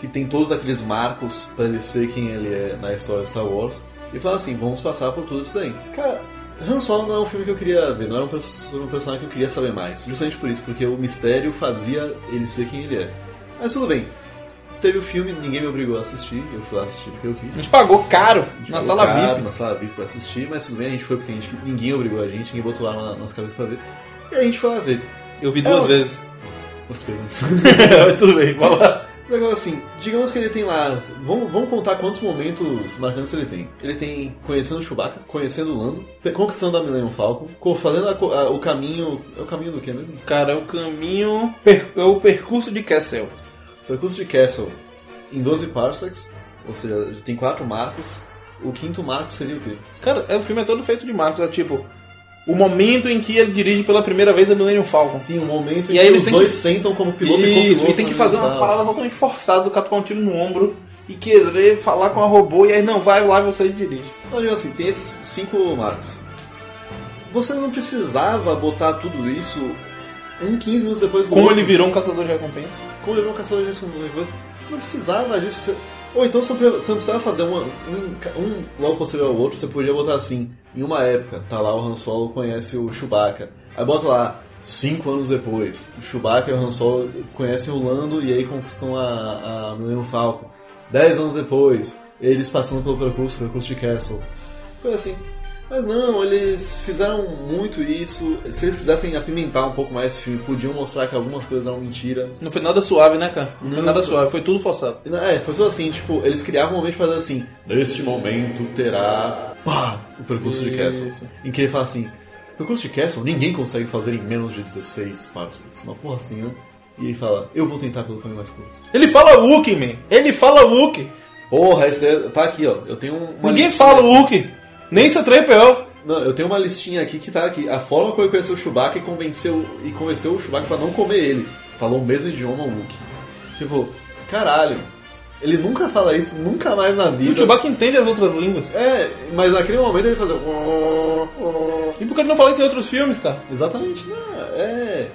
Speaker 2: que tem todos aqueles marcos pra ele ser quem ele é na história de Star Wars, e falaram assim, vamos passar por tudo isso daí. Cara, Han Solo não é um filme que eu queria ver, não era um, perso- um personagem que eu queria saber mais. Justamente por isso, porque o mistério fazia ele ser quem ele é. Mas tudo bem. Teve o filme, ninguém me obrigou a assistir, eu fui lá assistir porque eu quis
Speaker 1: A gente pagou caro na
Speaker 2: colocado
Speaker 1: sala VIP.
Speaker 2: Na sala VIP pra assistir, mas tudo bem, a gente foi porque a gente, ninguém obrigou a gente, ninguém botou arma na- nas cabeças pra ver. E a gente foi lá ver.
Speaker 1: Eu vi
Speaker 2: É
Speaker 1: duas
Speaker 2: uma-
Speaker 1: vezes.
Speaker 2: Nossa, as perguntas.
Speaker 1: Mas tudo bem, vamos lá.
Speaker 2: Negócio assim, digamos que ele tem lá. Vamos, vamos contar quantos momentos marcantes ele tem. Ele tem conhecendo o Chewbacca, conhecendo o Lando, pe- conquistando a Millennium Falcon, co- fazendo a co- a- o caminho. É o caminho do que mesmo?
Speaker 1: Cara, é o caminho. per- É o percurso de Kessel.
Speaker 2: Percurso de Castle em 12 parsecs, ou seja, ele tem quatro marcos. O quinto marco seria o quê?
Speaker 1: Cara, é, o filme é todo feito de marcos. É tipo, o momento em que ele dirige pela primeira vez a Millennium Falcon.
Speaker 2: Sim, o momento
Speaker 1: E
Speaker 2: em
Speaker 1: aí
Speaker 2: que
Speaker 1: eles
Speaker 2: os
Speaker 1: têm
Speaker 2: dois
Speaker 1: que-
Speaker 2: sentam como piloto e
Speaker 1: Isso,
Speaker 2: copiloto.
Speaker 1: e tem que fazer uma
Speaker 2: tá?
Speaker 1: parada totalmente forçada do cara tomar um tiro no ombro e querer falar com a robô e aí não vai lá e você dirige.
Speaker 2: Então, digo assim, tem esses cinco marcos. Você não precisava botar tudo isso em 15 minutos depois do
Speaker 1: Como
Speaker 2: outro.
Speaker 1: ele virou um caçador de recompensa.
Speaker 2: Como ele virou um caçador de recompensa. Você não precisava disso. você- Ou então você não pre- você não precisava fazer uma- um, ca- um logo posterior ao outro. Você podia botar assim, em uma época, tá lá o Han Solo conhece o Chewbacca. Aí bota lá, Cinco anos depois, o Chewbacca e o Han Solo conhecem o Lando e aí conquistam a, a Millennium Falcon. Dez anos depois, eles passando pelo percurso, percurso de Castle. Foi assim. Mas não, eles fizeram muito isso. Se eles quisessem apimentar um pouco mais o filme, podiam mostrar que algumas coisas eram mentira.
Speaker 1: Não foi nada suave, né, cara? Não, foi
Speaker 2: Não,
Speaker 1: nada
Speaker 2: foi-
Speaker 1: suave, foi tudo forçado.
Speaker 2: E, É, foi tudo assim, tipo, eles criavam um momento pra fazer assim. Neste momento terá. Pá! O percurso de
Speaker 1: Isso.
Speaker 2: Castle. Em que ele fala assim: percurso de Castle ninguém consegue fazer em menos de 16 parsecs. Uma porra assim, né? E ele fala: eu vou tentar pelo caminho mais curto.
Speaker 1: Ele fala Wookie, man. Ele fala Wookie.
Speaker 2: Porra, esse é, tá aqui, ó. Eu tenho uma
Speaker 1: Ninguém
Speaker 2: listinha
Speaker 1: fala
Speaker 2: aqui.
Speaker 1: Wookie. Nem é C3PO.
Speaker 2: Não, eu tenho uma listinha aqui que tá aqui. A forma como ele conheceu o Chewbacca e convenceu, e convenceu o Chewbacca pra não comer ele. Falou o mesmo idioma, o Luke. Tipo, caralho. Ele nunca fala isso, nunca mais na
Speaker 1: E o
Speaker 2: vida.
Speaker 1: Chewbacca entende as outras línguas.
Speaker 2: É, mas naquele momento ele fazia.
Speaker 1: E por que ele não fala isso em outros filmes, cara?
Speaker 2: Exatamente, não, é.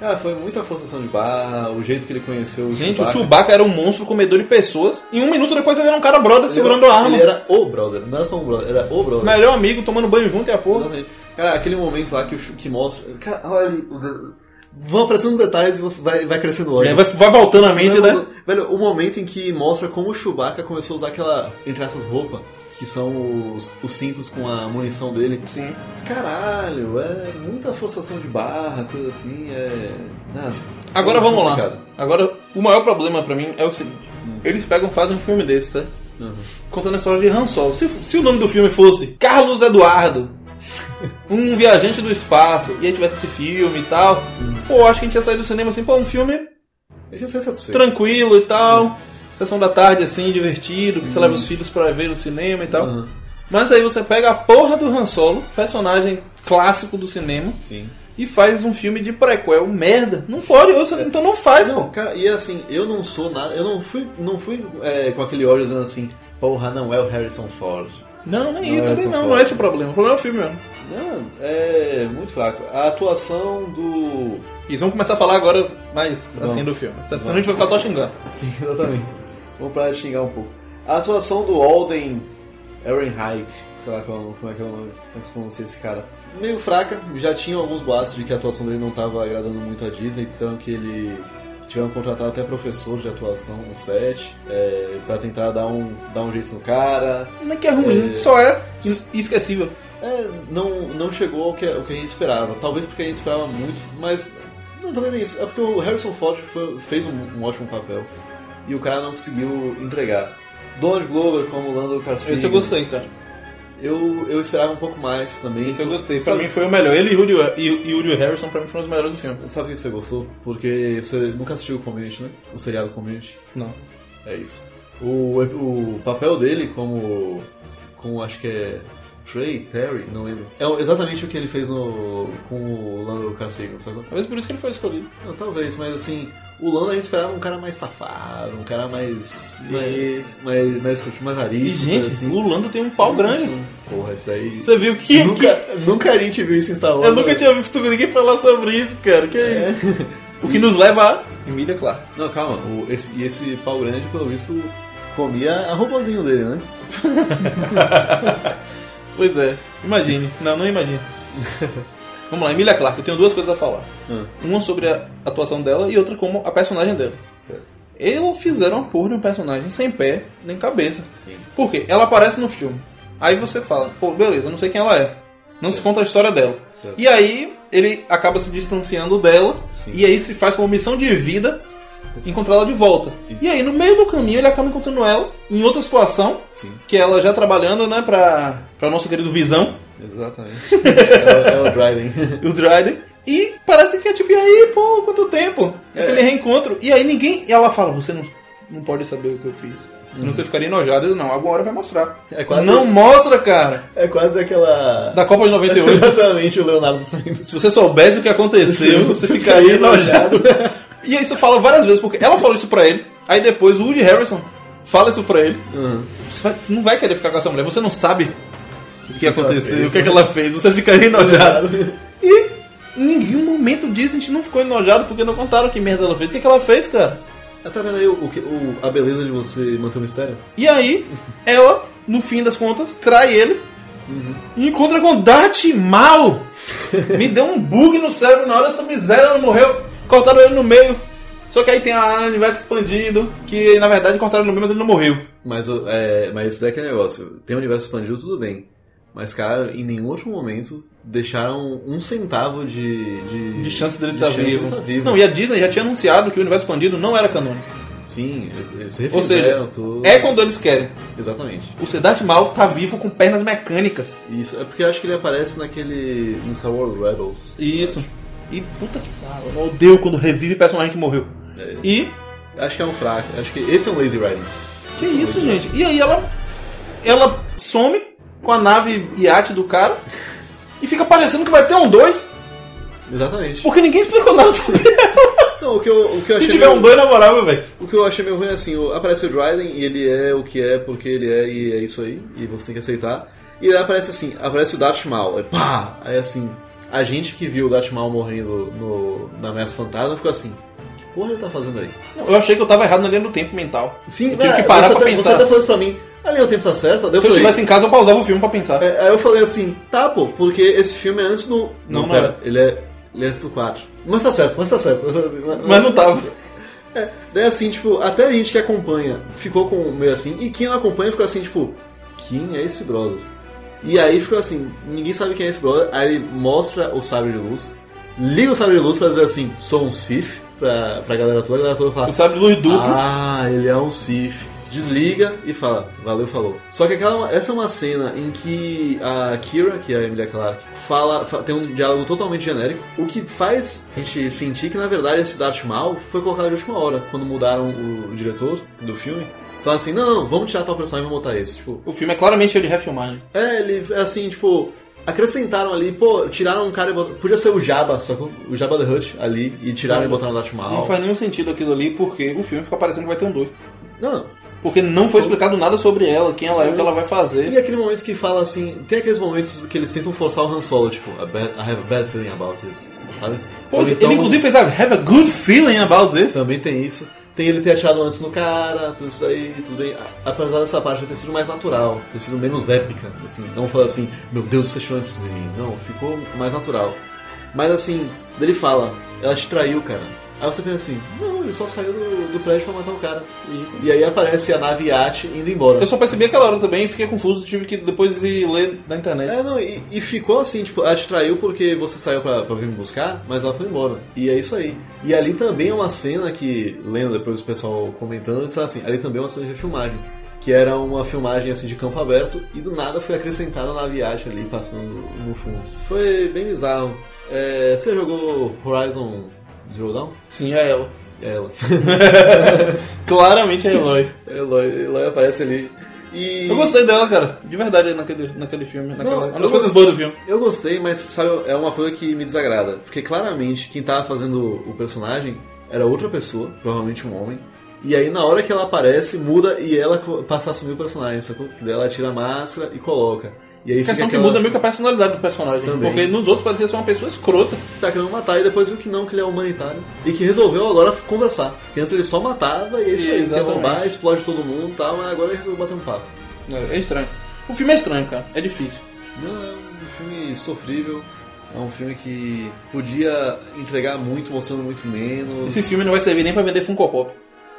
Speaker 2: Cara, foi muita forçação de barra, o jeito que ele conheceu o
Speaker 1: Gente, o
Speaker 2: Chewbacca.
Speaker 1: Chewbacca era um monstro comedor de pessoas. E um minuto depois ele era um cara brother
Speaker 2: Ele
Speaker 1: segurando
Speaker 2: era-
Speaker 1: a arma.
Speaker 2: Ele era o brother, não era só um brother, era o brother.
Speaker 1: Melhor amigo, tomando banho junto e a porra.
Speaker 2: Exatamente. Cara, aquele momento lá que, o, Chu- que mostra. Cara, olha ali. os- Vão aparecendo os detalhes e vai, vai crescendo o
Speaker 1: E aí
Speaker 2: ódio.
Speaker 1: vai, vai voltando a mente,
Speaker 2: um
Speaker 1: né?
Speaker 2: Velho, o momento em que mostra como o Chewbacca começou a usar aquela, entre essas roupas, que são os, os cintos com a munição dele.
Speaker 1: Sim.
Speaker 2: Caralho, é muita forçação de barra, coisa assim, é. Ah,
Speaker 1: Agora
Speaker 2: é
Speaker 1: vamos lá.
Speaker 2: complicado. Hum.
Speaker 1: Agora, o maior problema pra mim é o seguinte. Eles pegam e fazem um filme desse, sabe?
Speaker 2: Uhum.
Speaker 1: Contando a história de Han Solo. Se, se o nome do filme fosse Carlos Eduardo, um viajante do espaço, e aí tivesse esse filme e tal,
Speaker 2: Hum.
Speaker 1: pô, acho que a gente ia sair do cinema assim, pô, um filme
Speaker 2: Eu já sei satisfeito.
Speaker 1: tranquilo e
Speaker 2: Hum.
Speaker 1: tal. Sessão da tarde, assim, divertido, que você leva os filhos pra ver no cinema e tal.
Speaker 2: Uhum.
Speaker 1: Mas aí você pega a porra do Han Solo, personagem clássico do cinema,
Speaker 2: Sim.
Speaker 1: e faz um filme de prequel. Merda. Não pode, ou você- então não faz,
Speaker 2: É. Não,
Speaker 1: pô.
Speaker 2: cara, e assim, eu não sou nada. Eu não fui, não fui é, com aquele olho dizendo assim, porra, não é o Harrison Ford.
Speaker 1: Não, nem
Speaker 2: Não
Speaker 1: isso,
Speaker 2: é
Speaker 1: também
Speaker 2: essa
Speaker 1: não.
Speaker 2: foto.
Speaker 1: Não é esse o problema. O problema é o filme mesmo.
Speaker 2: Não, é muito fraco. A atuação do.
Speaker 1: Isso, vamos começar a falar agora mais assim
Speaker 2: Não.
Speaker 1: do filme. Senão a gente vai ficar só xingando.
Speaker 2: Sim, exatamente. Vamos parar de xingar um pouco. A atuação do Alden Ehrenreich, sei lá qual, como é que é o nome, antes de pronunciar esse cara. Meio fraca, já tinha alguns boatos de que a atuação dele não estava agradando muito a Disney, disseram que ele tiveram contratado até professor de atuação no set, é, para tentar dar um, dar um jeito no cara.
Speaker 1: Não é que é ruim,
Speaker 2: É.
Speaker 1: só é in- esquecível.
Speaker 2: É, não, não chegou ao que, ao que a gente esperava. Talvez porque a gente esperava muito, mas não também nem isso. É porque o Harrison Ford foi- fez um, um ótimo papel e o cara não conseguiu entregar. Donald Glover como Lando Calrissian.
Speaker 1: Esse eu gostei, cara.
Speaker 2: Eu, eu esperava um pouco mais também.
Speaker 1: Esse eu gostei. Pra
Speaker 2: Sabe-
Speaker 1: mim é um foi o melhor. Ele e o Woody- e e o Woody Harrison, pra mim, foram os melhores do filme.
Speaker 2: Sabe o que você gostou? Porque você nunca assistiu o Community, né? O seriado Community.
Speaker 1: Não.
Speaker 2: É isso. O, o papel dele como. como acho que é. Trey, Terry, não lembro. É o- exatamente o que ele fez no, com o Lando Calrissian, sabe?
Speaker 1: Talvez por isso que ele foi escolhido.
Speaker 2: Não, talvez, mas assim, o Lando a gente esperava um cara mais safado, um cara mais. mais. mais, mais, mais,
Speaker 1: E,
Speaker 2: arisco,
Speaker 1: gente,
Speaker 2: assim.
Speaker 1: o Lando tem um pau grande.
Speaker 2: Porra, isso aí.
Speaker 1: Você viu que...
Speaker 2: Nunca, nunca a gente viu isso em Star
Speaker 1: que-
Speaker 2: Wars.
Speaker 1: Eu nunca
Speaker 2: né?
Speaker 1: tinha visto ninguém falar sobre isso, cara. Que é, isso? O que nos leva a... Emília Clark.
Speaker 2: Não, calma, o, esse, e esse pau grande, pelo visto, comia a roupazinho dele, né?
Speaker 1: Pois é. Imagine. Não, não imagine. Vamos lá, Emília Clark. Eu tenho duas coisas a falar.
Speaker 2: Hum.
Speaker 1: Uma sobre a atuação dela e outra como a personagem dela.
Speaker 2: Certo.
Speaker 1: Eles fizeram uma porra de um personagem sem pé nem cabeça.
Speaker 2: Sim.
Speaker 1: Por quê? Ela aparece no filme. Aí você fala, pô, beleza, eu não sei quem ela é. Não se conta a história dela.
Speaker 2: Certo.
Speaker 1: E aí ele acaba se distanciando dela
Speaker 2: Sim.
Speaker 1: e aí se faz como missão de vida encontrá-la de volta.
Speaker 2: Isso.
Speaker 1: E aí no meio do caminho ele acaba encontrando ela em outra situação,
Speaker 2: Sim.
Speaker 1: que ela já trabalhando, né, pra, pra nosso querido Visão,
Speaker 2: Exatamente. é, o- é o Dryden.
Speaker 1: o Dryden. E parece que é tipo, e aí, pô, quanto tempo?
Speaker 2: É.
Speaker 1: Aquele reencontro. E aí ninguém. E ela fala, você não, não pode saber o que eu fiz. Senão você ficaria enojado. Eu digo, Não, alguma hora vai mostrar.
Speaker 2: Uhum. É quase-
Speaker 1: Não mostra, cara!
Speaker 2: É quase aquela.
Speaker 1: Da Copa de 98.
Speaker 2: Exatamente o Leonardo saindo.
Speaker 1: Se você soubesse o que aconteceu, você ficaria enojado. E aí você fala várias vezes, porque ela falou isso pra ele. Aí depois o Woody Harrison fala isso pra ele.
Speaker 2: Uhum.
Speaker 1: Você, vai- você não vai querer ficar com essa mulher, você não sabe o que
Speaker 2: que ela
Speaker 1: aconteceu,
Speaker 2: fez,
Speaker 1: o que, é que ela fez, você ficaria enojado. E em nenhum momento disso a gente não ficou enojado porque não contaram que merda ela fez. O que, é que ela fez, cara?
Speaker 2: Ah, Tá vendo aí o, o que- o- a beleza de você manter o um mistério?
Speaker 1: E aí, ela, no fim das contas, trai ele. E Encontra com Darth Mal. Me deu um bug no cérebro na hora, essa miséria não morreu. Cortaram ele no meio. Só que aí tem a universo expandido, que na verdade cortaram no meio, mas ele não morreu.
Speaker 2: Mas, o- é, mas isso é aquele negócio. Tem o universo expandido, tudo bem. Mas, cara, em nenhum outro momento deixaram um centavo de. De,
Speaker 1: De chance dele
Speaker 2: de
Speaker 1: estar
Speaker 2: chance dele
Speaker 1: vivo.
Speaker 2: tá vivo.
Speaker 1: Não, e a Disney já tinha anunciado que o universo expandido não era canônico.
Speaker 2: Sim, eles- eles
Speaker 1: Ou seja,
Speaker 2: refizeram tudo.
Speaker 1: É quando eles querem.
Speaker 2: Exatamente.
Speaker 1: O Darth Mal tá vivo com pernas mecânicas.
Speaker 2: Isso. É porque eu acho que ele aparece naquele. no Star Wars Rebels.
Speaker 1: Isso. E puta que pariu. Eu odeio quando revive personagem que morreu.
Speaker 2: É.
Speaker 1: E.
Speaker 2: Acho que é um fraco. Acho que esse é um lazy riding.
Speaker 1: Que isso, gente? E aí ela. Ela some com a nave iate do cara. E fica parecendo que vai ter um 2.
Speaker 2: Exatamente.
Speaker 1: Porque ninguém explicou nada sobre ela.
Speaker 2: Não, o que eu, o que eu
Speaker 1: Se
Speaker 2: achei
Speaker 1: tiver
Speaker 2: meio-
Speaker 1: um 2, na moral, meu velho.
Speaker 2: O que eu achei meio ruim é assim, o- aparece o Dryden e ele é o que é porque ele é e é isso aí, e você tem que aceitar. E aí aparece assim, aparece o Darth Maul, aí pá! Aí assim, a gente que viu o Darth Maul morrendo no, na Ameaça Fantasma ficou assim, "Que porra ele tá fazendo aí?
Speaker 1: Eu achei que eu tava errado na linha do tempo mental.
Speaker 2: Sim,
Speaker 1: eu tive
Speaker 2: né,
Speaker 1: que parar
Speaker 2: você
Speaker 1: pra
Speaker 2: tá,
Speaker 1: pensar.
Speaker 2: Você tá falando isso pra mim, ali o tempo tá certo? Daí eu
Speaker 1: Se eu
Speaker 2: falei,
Speaker 1: estivesse em casa, eu pausava o filme pra pensar.
Speaker 2: é, aí eu falei assim, tá pô, porque esse filme é antes do...
Speaker 1: Não, não
Speaker 2: pera, ele é, ele é antes do 4. Mas tá certo, mas tá certo.
Speaker 1: Mas não tava.
Speaker 2: Daí assim, tipo, até a gente que acompanha ficou com meio assim, e quem não acompanha ficou assim, tipo, quem é esse brother? E aí ficou assim, ninguém sabe quem é esse brother, aí ele mostra o sabre de luz, liga o sabre de luz pra dizer assim, sou um Sif pra, pra galera toda, a galera toda fala,
Speaker 1: O sabre de luz duplo.
Speaker 2: ah, ele é um Sif. Desliga e fala, valeu, falou. Só que aquela, essa é uma cena em que a Kira, que é a Emilia Clarke, fala, fa- tem um diálogo totalmente genérico, o que faz a gente sentir que, na verdade, esse Darth Maul foi colocado de última hora, quando mudaram o, o diretor do filme. Fala assim, não, não, vamos tirar tal personagem e vamos botar esse. Tipo,
Speaker 1: O filme é claramente cheio de refilmagem.
Speaker 2: é, ele, é assim, tipo, acrescentaram ali, pô, tiraram um cara e botaram, podia ser o Jabba, sacou? O Jabba the Hutt ali, e tiraram e botaram o Darth Maul.
Speaker 1: Não faz nenhum sentido aquilo ali, porque o filme fica parecendo que vai ter um 2.
Speaker 2: não.
Speaker 1: Porque não foi explicado nada sobre ela, quem ela é, o que ela vai
Speaker 2: E
Speaker 1: fazer.
Speaker 2: aquele momento que fala assim, tem aqueles momentos que eles tentam forçar o Han Solo, tipo, I, bet- I have a bad feeling about this, sabe?
Speaker 1: Pô,
Speaker 2: Ou
Speaker 1: ele
Speaker 2: então,
Speaker 1: inclusive fez a Have a Good Feeling About This.
Speaker 2: também tem isso. Tem ele ter achado antes no cara, tudo isso aí, tudo bem. A- Apesar dessa parte ter sido mais natural, ter sido menos épica, assim, não falar assim, meu Deus, você achou antes de mim. Não, ficou mais natural. Mas assim, ele fala, ela te traiu, cara. Aí você pensa assim, não, ele só saiu do, do prédio pra matar o cara. E aí aparece a nave Yacht indo embora.
Speaker 1: Eu só percebi aquela hora também e fiquei confuso, tive que depois ir ler na internet.
Speaker 2: É, não, e, e ficou assim, tipo, ela te traiu porque você saiu pra, pra vir me buscar, mas ela foi embora. E é isso aí. E ali também é uma cena que, lendo depois o pessoal comentando, eles falaram assim, ali também é uma cena de filmagem. Que era uma filmagem assim de campo aberto e do nada foi acrescentada na viagem ali, passando no fundo. Foi bem bizarro. É, você jogou Horizon Zero Dawn?
Speaker 1: Sim, é ela.
Speaker 2: É ela.
Speaker 1: Claramente é a Eloy.
Speaker 2: Eloy, Eloy aparece ali. E...
Speaker 1: Eu gostei dela, cara. De verdade, naquele, naquele filme. Naquela,
Speaker 2: Não,
Speaker 1: uma
Speaker 2: eu
Speaker 1: das coisas
Speaker 2: gostei.
Speaker 1: boas do filme.
Speaker 2: Eu gostei, mas sabe, é uma coisa que me desagrada. Porque claramente quem tava fazendo o personagem era outra pessoa, provavelmente um homem. E aí na hora que ela aparece, muda e ela co- passa a assumir o personagem, sacou? Que daí ela tira a máscara e coloca. E
Speaker 1: A
Speaker 2: aí
Speaker 1: questão
Speaker 2: fica
Speaker 1: que
Speaker 2: aquela-
Speaker 1: muda é meio que a personalidade do personagem.
Speaker 2: Também.
Speaker 1: Porque nos outros parecia ser uma pessoa escrota.
Speaker 2: tá querendo matar e depois viu que não, que ele é humanitário. E que resolveu agora conversar. Porque antes ele só matava e é isso aí, quer
Speaker 1: Exatamente.
Speaker 2: bombar, explode todo mundo e tal, mas agora ele resolveu bater um papo.
Speaker 1: É, é estranho. O filme é estranho, cara. É difícil.
Speaker 2: Não, é um filme sofrível. É um filme que podia entregar muito, mostrando muito menos.
Speaker 1: Esse filme não vai servir nem pra vender Funko Pop.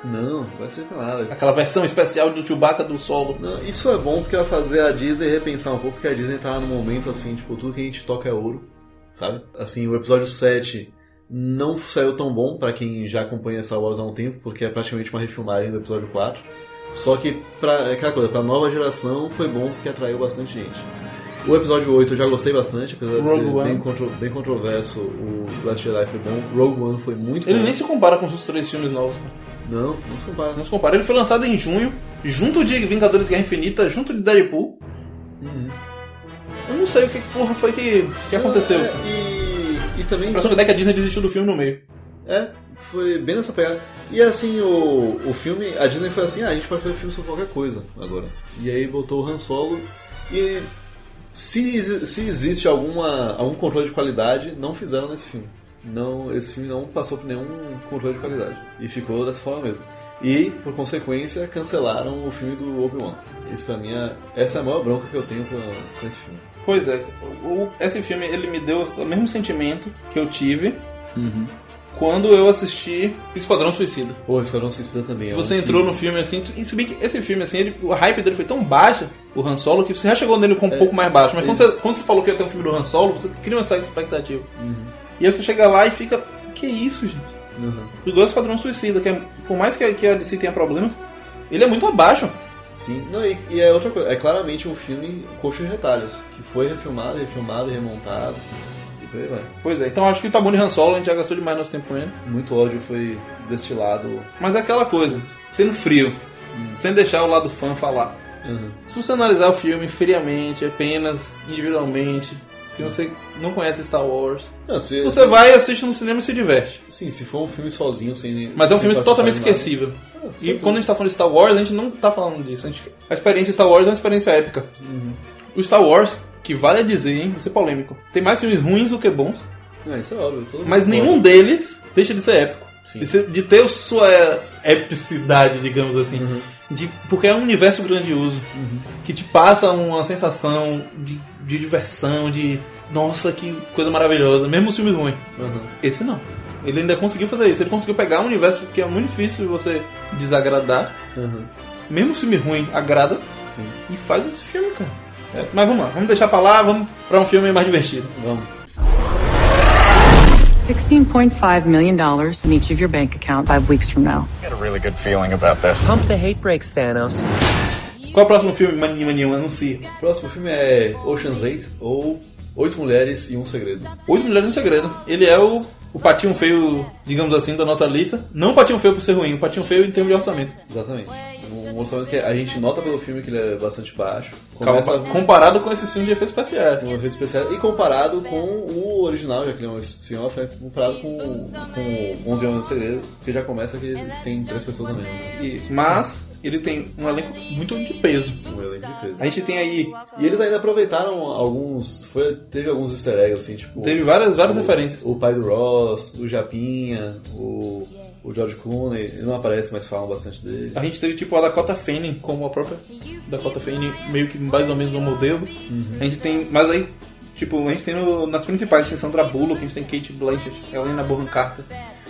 Speaker 2: Não, vai ser pra nada.
Speaker 1: Aquela versão especial do Chewbacca do solo.
Speaker 2: Não, isso é bom porque vai fazer a Disney repensar um pouco, porque a Disney tá num momento assim, tipo, tudo que a gente toca é ouro, sabe? Assim, o episódio 7 não saiu tão bom pra quem já acompanha Star Wars há um tempo, porque é praticamente uma refilmagem do episódio 4. Só que, pra, é aquela coisa, pra nova geração foi bom porque atraiu bastante gente. O episódio 8 eu já gostei bastante, apesar de
Speaker 1: Rogue
Speaker 2: ser
Speaker 1: One.
Speaker 2: bem, contro- bem controverso, o Last Jedi foi bom, Rogue One foi muito
Speaker 1: Ele
Speaker 2: bom.
Speaker 1: nem se compara com os outros três filmes novos, cara.
Speaker 2: Não, não se compara.
Speaker 1: Não se compara. Ele foi lançado em junho, junto de Vingadores Guerra Infinita, junto de Deadpool.
Speaker 2: Uhum.
Speaker 1: Eu não sei o que que porra foi que, que aconteceu.
Speaker 2: É, e, e também...
Speaker 1: Pra saber que a Disney desistiu do filme no meio.
Speaker 2: É, foi bem nessa pegada. E assim, o, o filme, a Disney foi assim, ah, a gente pode fazer filme sobre qualquer coisa agora. E aí botou o Han Solo e se, exi- se existe alguma, algum controle de qualidade, não fizeram nesse filme. Não, esse filme não passou por nenhum controle de qualidade. E ficou dessa forma mesmo. E, por consequência, cancelaram o filme do Obi-Wan. Isso pra mim é... Essa é a maior bronca que eu tenho com, com esse filme.
Speaker 1: Pois é, o- esse filme ele me deu o mesmo sentimento que eu tive Uhum. quando eu assisti Esquadrão Suicida.
Speaker 2: Pô, Esquadrão Suicida também é um
Speaker 1: Você entrou
Speaker 2: filme-
Speaker 1: no filme assim, tu- e se bem que esse filme assim, ele, o hype dele foi tão baixo, o Han Solo, que você já chegou nele com um pouco mais baixo. Mas quando você, quando você falou que ia ter um filme do Han Solo, você cria uma certa expectativa. E aí você chega lá e fica, que isso, gente?
Speaker 2: Uhum.
Speaker 1: Igual Esquadrão Suicida, que é- por mais que, que a DC tenha problemas, ele é muito abaixo.
Speaker 2: Sim, não, e, e é outra coisa, é claramente um filme coxo de retalhos, que foi refilmado, refilmado, remontado, e por aí vai.
Speaker 1: Pois é, então acho que tá bom de Han Solo, a gente já gastou demais nosso tempo com ele.
Speaker 2: Muito ódio foi destilado.
Speaker 1: Mas é aquela coisa, sendo frio, sem deixar o lado fã falar.
Speaker 2: Uhum.
Speaker 1: Se você analisar o filme friamente, apenas individualmente, se você não conhece Star Wars,
Speaker 2: Não, se,
Speaker 1: você vai, assiste no cinema e se diverte.
Speaker 2: Sim, se for um filme sozinho, sem...
Speaker 1: Mas é um
Speaker 2: sem
Speaker 1: filme totalmente
Speaker 2: participar de nada.
Speaker 1: esquecível.
Speaker 2: Ah,
Speaker 1: E
Speaker 2: sim,
Speaker 1: quando a gente tá falando de Star Wars, a gente não tá falando disso. A, gente- a experiência Star Wars é uma experiência épica.
Speaker 2: Uhum.
Speaker 1: O Star Wars, que vale a dizer, hein, vou ser polêmico, tem mais filmes ruins do que bons,
Speaker 2: Não, isso é óbvio. todo mundo
Speaker 1: mas
Speaker 2: concorda.
Speaker 1: nenhum deles deixa de ser épico.
Speaker 2: Sim.
Speaker 1: De, ser- de ter sua epicidade, digamos assim.
Speaker 2: Uhum.
Speaker 1: De, porque é um universo grandioso que te passa uma sensação de, de diversão, de nossa, que coisa maravilhosa, mesmo os filmes ruins.
Speaker 2: Uhum.
Speaker 1: Esse não. Ele ainda conseguiu fazer isso. Ele conseguiu pegar um universo que é muito difícil de você desagradar.
Speaker 2: Uhum.
Speaker 1: Mesmo filme ruim agrada
Speaker 2: Sim,
Speaker 1: e faz esse filme, cara. É, mas vamos lá, vamos deixar pra lá, vamos pra um filme mais divertido.
Speaker 2: vamos.
Speaker 4: $16.5 million in each of your bank account five weeks from now.
Speaker 5: I got a really good feeling about this.
Speaker 6: Pump the hate brakes, Thanos.
Speaker 1: Qual é o próximo filme, Maninho Maninho? Anuncie.
Speaker 2: O próximo filme é Ocean's 8, ou Oito Mulheres e um Segredo.
Speaker 1: Oito Mulheres no Segredo. Ele é o, o patinho feio, digamos assim, da nossa lista. Não o patinho feio por ser ruim, o patinho feio em termos de orçamento.
Speaker 2: Exatamente. Um orçamento que a gente nota pelo filme que ele é bastante baixo.
Speaker 1: Calma,
Speaker 2: Começa
Speaker 1: Comparado com esses filmes de efeitos especiais.
Speaker 2: com um efeito especial e comparado com o original, já que ele é um spin-off, né? comparado com, com 11 Homens no Segredo, que já começa que tem três pessoas a menos. né?
Speaker 1: Isso. Mas ele tem um elenco muito de peso.
Speaker 2: Um elenco de peso.
Speaker 1: A gente tem aí,
Speaker 2: E eles ainda aproveitaram alguns. Foi, teve alguns easter eggs, assim, tipo.
Speaker 1: teve várias, várias
Speaker 2: o-
Speaker 1: referências.
Speaker 2: O pai do Ross, o Japinha, o, o George Clooney, ele não aparece, mas falam bastante dele.
Speaker 1: A gente teve tipo a Dakota Fanning como a própria Dakota Fanning, meio que mais ou menos um modelo. A gente tem, mas aí, tipo, a gente tem no- nas principais, a gente tem Sandra Bullock, a gente tem Kate Blanchett, Helena Bonham Carter.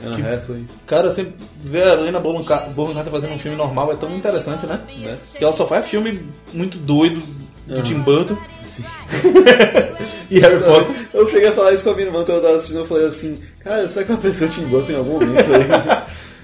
Speaker 2: Anna
Speaker 1: que-
Speaker 2: Hathaway,
Speaker 1: Cara, sempre ver a Helena Bonham Car- Bonham Carter fazendo um filme normal é tão interessante, né?
Speaker 2: né?
Speaker 1: Que ela só faz filme muito doido do
Speaker 2: Uhum.
Speaker 1: Tim Burton
Speaker 2: Sim. É.
Speaker 1: e Harry Potter.
Speaker 2: Eu cheguei a falar isso com a minha irmã quando eu tava assistindo, eu falei assim, cara, será que eu apareceu o Tim Burton em algum momento aí?